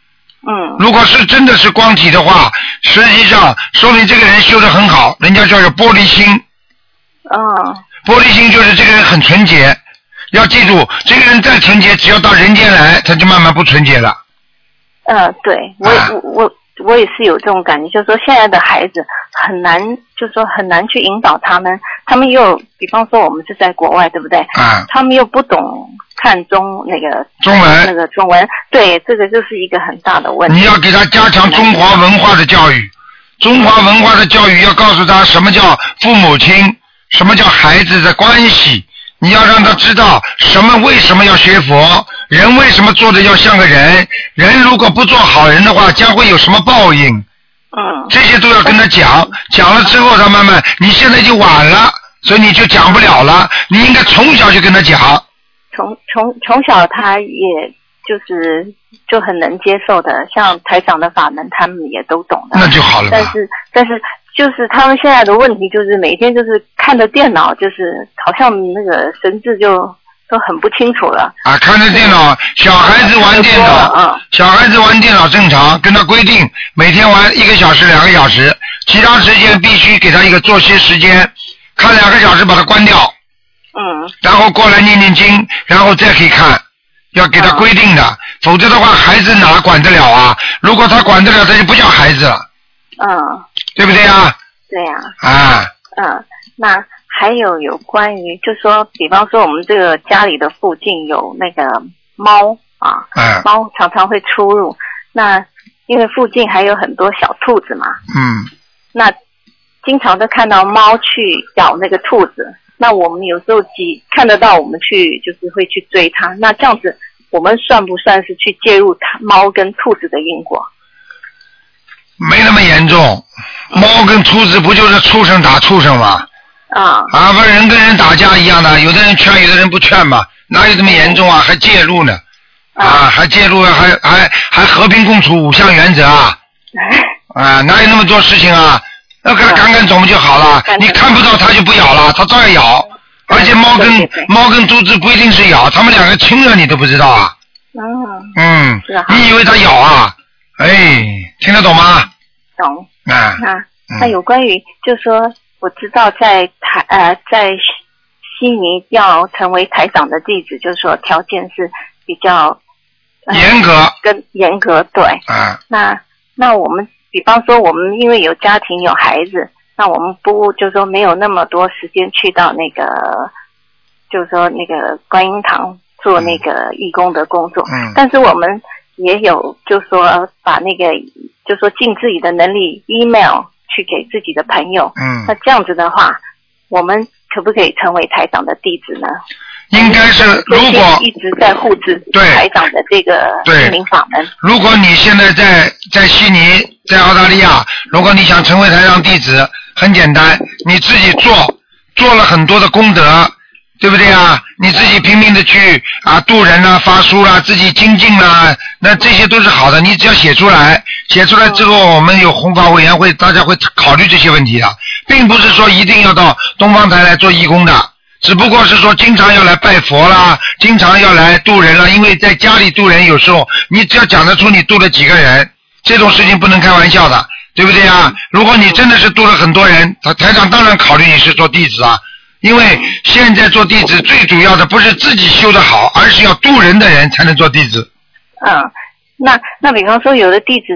S9: 嗯。
S2: 如果是真的是光体的话，实际上说明这个人修得很好，人家叫有玻璃心。
S9: 嗯。
S2: 玻璃心就是这个人很纯洁，要记住，这个人再纯洁，只要到人间来，他就慢慢不纯洁了。
S9: 呃，对我、
S2: 啊
S9: 我我我也是有这种感觉，就是说现在的孩子很难，就是说很难去引导他们，他们又比方说我们是在国外，对不对？
S2: 啊
S9: 他们又不懂看中那个
S2: 中文
S9: 那个中文，对，这个就是一个很大的问题。
S2: 你要给他加强中华文化的教育，中华文化的教育要告诉他什么叫父母亲，什么叫孩子的关系。你要让他知道什么为什么要学佛，人为什么做的要像个人，人如果不做好人的话，将会有什么报应。
S9: 嗯，
S2: 这些都要跟他讲，讲了之后，他慢慢，你现在就晚了，所以你就讲不了了。你应该从小就跟他讲，
S9: 从从从小他也就是就很能接受的，像台长的法门，他们也都懂的。
S2: 那就好了嘛
S9: 但是但是就是他们现在的问题就是每天就是看着电脑，就是好像那个神智就都很不清楚了。
S2: 啊，看着电脑，小孩子玩电脑，小孩子玩电脑正常，跟他规定每天玩一个小时、两个小时，其他时间必须给他一个作息时间，看两个小时把它关掉。
S9: 嗯。
S2: 然后过来念念经，然后再可以看，要给他规定的，否则的话孩子哪管得了啊？如果他管得了，他就不叫孩子了，
S9: 嗯，
S2: 对不对啊？
S9: 对呀、
S2: 啊，
S9: 嗯，那还有有关于，就说，比方说我们这个家里的附近有那个猫啊，
S2: 嗯
S9: 猫常常会出入。那因为附近还有很多小兔子嘛，
S2: 嗯。
S9: 那经常都看到猫去咬那个兔子。那我们有时候几看得到，我们去就是会去追它。那这样子，我们算不算是去介入它猫跟兔子的因果？
S2: 没那么严重。猫跟兔子不就是畜生打畜生吗？
S9: 啊。
S2: 啊，不是人跟人打架一样的，有的人劝，有的人不劝嘛，哪有这么严重啊？还介入呢？啊，还介入，还还还和平共处五项原则啊？啊，哪有那么多事情啊？那赶赶赶走啊不就好了？你看不到它就不咬了，它照样咬。而且猫跟猫跟兔子不一定是咬，它们两个亲了你都不知道啊。
S9: 嗯，
S2: 嗯
S9: 是啊，
S2: 你以为它咬啊？哎，听得懂吗？
S9: 懂。
S2: 啊，
S9: 那嗯那有关于，就说我知道在台呃在悉悉尼要成为台长的弟子，就是说条件是比较、呃
S2: 严格
S9: 跟严格对。
S2: 啊。
S9: 那那我们比方说我们因为有家庭有孩子，那我们不就说没有那么多时间去到那个，就是说那个观音堂做那个义工的工作。
S2: 嗯
S9: 但是我们也有就说把那个就说尽自己的能力 email 去给自己的朋友。
S2: 嗯
S9: 那这样子的话，我们可不可以成为台长的弟子呢？
S2: 应该是呃如
S9: 最近
S2: 果
S9: 一直在护持台长的这个
S2: 对
S9: 心灵法门，
S2: 如果你现在在在悉尼，在澳大利亚，如果你想成为台上弟子，很简单，你自己做，做了很多的功德，对不对啊？你自己拼命的去啊度人啦、发书啦、自己精进啦、那这些都是好的。你只要写出来，写出来之后，我们有红法委员会，大家会考虑这些问题的，并不是说一定要到东方台来做义工的。只不过是说经常要来拜佛啦，经常要来渡人啦，因为在家里渡人，有时候你只要讲得出你渡了几个人，这种事情不能开玩笑的，对不对啊？如果你真的是渡了很多人，台台长当然考虑你是做弟子啊，因为现在做弟子最主要的不是自己修得好，而是要度人的人才能做弟子。
S9: 嗯，那那比方说有的弟子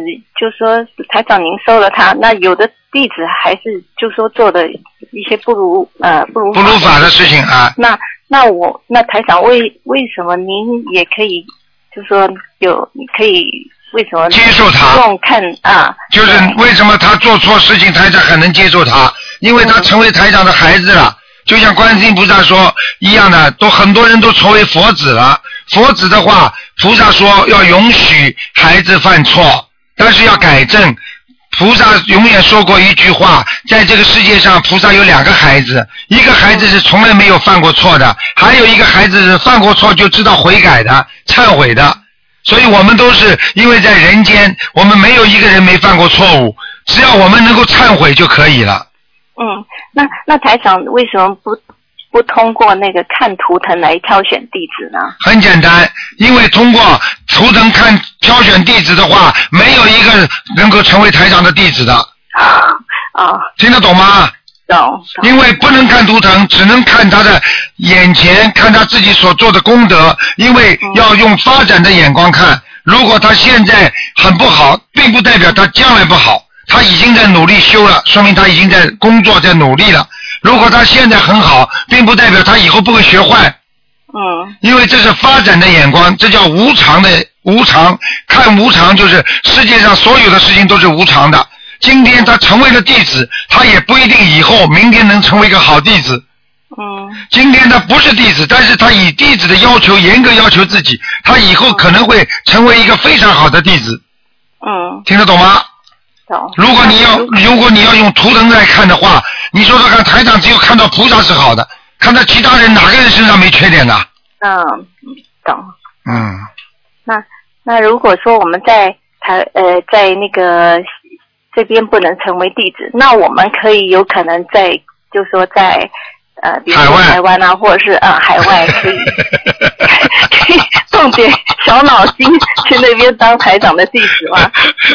S9: 就说台长您收了他，那有的弟子还是就说做的一些不如呃不如
S2: 不如法的事情啊
S9: 那那我那台长为为什么您也可以就说有可以为什么接
S2: 受他
S9: 用看啊
S2: 就是为什么他做错事情，台长很能接受他，因为他成为台长的孩子了。就像观世音菩萨说一样的，都很多人都成为佛子了。佛子的话，菩萨说要允许孩子犯错，但是要改正。菩萨永远说过一句话，在这个世界上，菩萨有两个孩子，一个孩子是从来没有犯过错的，还有一个孩子是犯过错就知道悔改的、忏悔的。所以我们都是因为在人间，我们没有一个人没犯过错误，只要我们能够忏悔就可以了。
S9: 嗯，那那台长为什么不不通过那个看图腾来挑选弟子呢？
S2: 很简单，因为通过图腾看挑选弟子的话，没有一个能够成为台长的弟子的。
S9: 啊，
S2: 听得懂吗？
S9: 懂。
S2: 因为不能看图腾，只能看他的眼前，看他自己所做的功德，因为要用发展的眼光看。如果他现在很不好，并不代表他将来不好，他已经在努力修了，说明他已经在工作，在努力了。如果他现在很好，并不代表他以后不会学坏，
S9: 嗯
S2: 因为这是发展的眼光，这叫无常的无常。看无常就是世界上所有的事情都是无常的。今天他成为了弟子，他也不一定以后明天能成为一个好弟子。
S9: 嗯。
S2: 今天他不是弟子，但是他以弟子的要求严格要求自己，他以后可能会成为一个非常好的弟子。
S9: 嗯，
S2: 听得懂吗？
S9: 懂。
S2: 如果你要如果你要用图腾来看的话，你说说看，台长只有看到菩萨是好的，看到其他人哪个人身上没缺点的？
S9: 嗯，懂。
S2: 嗯。
S9: 那那如果说我们在台呃在那个这边不能成为弟子，那我们可以有可能在就说在呃比如说台湾啊，或者是呃海外可以 可以动点小脑筋去那边当台长的弟子吗？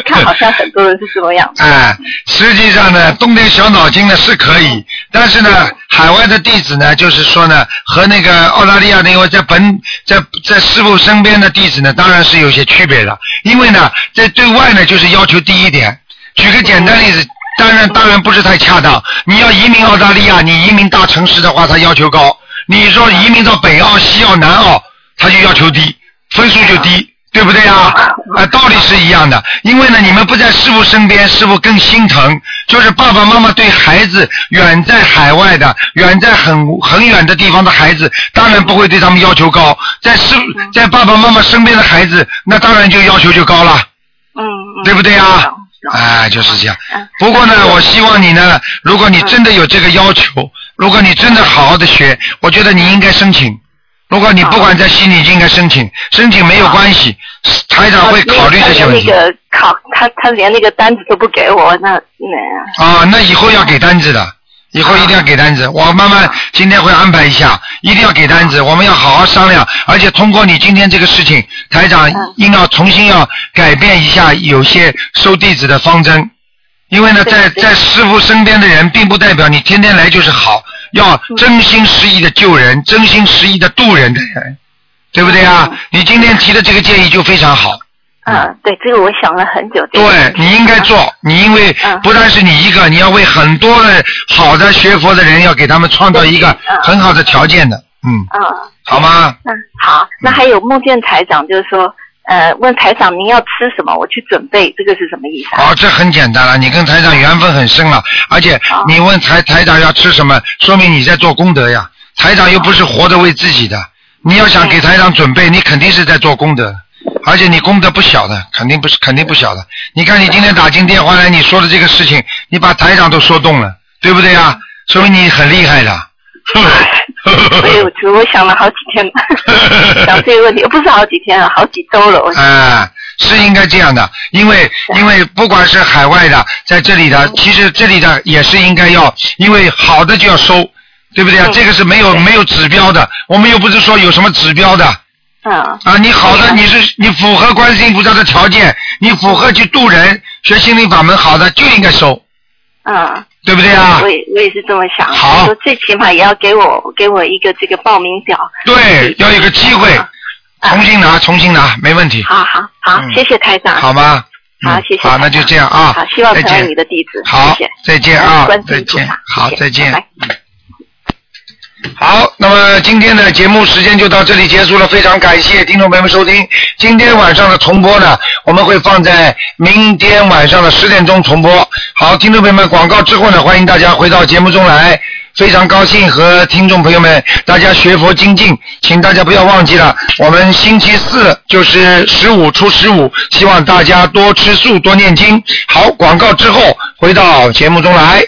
S9: 看好像很多人是这么样。
S2: 哎，实际上呢，动点小脑筋呢是可以，但是呢，海外的弟子呢，就是说呢，和那个澳大利亚那位在本在在师傅身边的弟子呢，当然是有些区别的，因为呢，在对外呢就是要求低一点。举个简单例子，当然当然不是太恰当。你要移民澳大利亚，你移民大城市的话，他要求高；你说移民到北澳、西澳、南澳，他就要求低，分数就低。对不对啊？啊，道理是一样的，因为呢，你们不在师傅身边，师傅更心疼。就是爸爸妈妈对孩子远在海外的、远在很很远的地方的孩子，当然不会对他们要求高。在师在爸爸妈妈身边的孩子，那当然就要求就高了，
S9: 嗯嗯。
S2: 对不对啊？哎，就是
S9: 啊
S2: 这样。不过呢，我希望你呢，如果你真的有这个要
S9: 嗯
S2: 求，如果你真的好好的学，我觉得你应该申请。如果你不管在悉尼，就应该申请，申请没有关系，
S9: 啊
S2: 台长会考虑这些问题
S9: 他。连那个考他他连那个单子都不给我，那那。
S2: 啊，那以后要给单子的，以后一定要给单子。我慢慢今天会安排一下，一定要给单子。我们要好好商量，而且通过你今天这个事情，台长应要重新要改变一下有些收弟子的方针，因为呢，在在师傅身边的人，并不代表你天天来就是好，要真心实意的救人，真心实意的度人的人，对不对啊？你今天提的这个建议就非常好。
S9: 嗯，对，这个我想了很久。这个
S2: 对你应该做，你因为不但是你一个，你要为很多的好的学佛的人，要给他们创造一个很好的条件的，嗯，
S9: 啊，
S2: 好吗？嗯
S9: 那好，那还有梦见台长，就是说，呃，问台长您要吃什么，我去准备，这个是什么意思啊？
S2: 哦，这很简单了，你跟台长缘分很深了，而且你问台台长要吃什么，说明你在做功德呀。台长又不是活着为自己的，你要想给台长准备，你肯定是在做功德，而且你功德不小的，肯定不是肯定不小的。你看你今天打进电话来，你说的这个事情，你把台长都说动了，对不对呀？说明你很厉害的。
S9: 所以哎我就我想了好几 天了，想这个问题，不是好几天了，好几周了。我
S2: 啊，是应该这样的，因为因为不管是海外的，在这里
S9: 嗯
S2: 的，其实这里的也是应该要，因为好的就要收，对不对啊？
S9: 嗯
S2: 这个是没有没有指标的，我们又不是说有什么指标的。
S9: 嗯。
S2: 啊，你好的，你是你符合观世音菩萨的条件，你符合去度人、学心灵法门，好的就应该收。
S9: 嗯，
S2: 对不对啊
S9: 我也我也是这么想，好，说最起码也要给我给我一个这个报名表。嗯
S2: 对，要有个机会，重新拿，重新拿，没问题，
S9: 啊好好好，谢谢台长。
S2: 嗯好吗？
S9: 好
S2: 嗯
S9: 谢谢
S2: 好，那就这样啊。
S9: 好，希望
S2: 再
S9: 成为
S2: 见
S9: 你。的弟子。
S2: 好
S9: 谢谢，嗯
S2: 再见啊
S9: 观，世
S2: 再
S9: 音菩萨
S2: 见，好，再见
S9: 拜拜。
S2: 嗯好，那么今天的节目时间就到这里结束了，非常感谢听众朋友们收听。今天晚上的重播呢，我们会放在明天晚上的十点钟重播。好，听众朋友们，广告之后呢，欢迎大家回到节目中来。非常高兴和听众朋友们大家学佛精进，请大家不要忘记了，我们星期四就是十五初十五，希望大家多吃素，多念经。好，广告之后回到节目中来。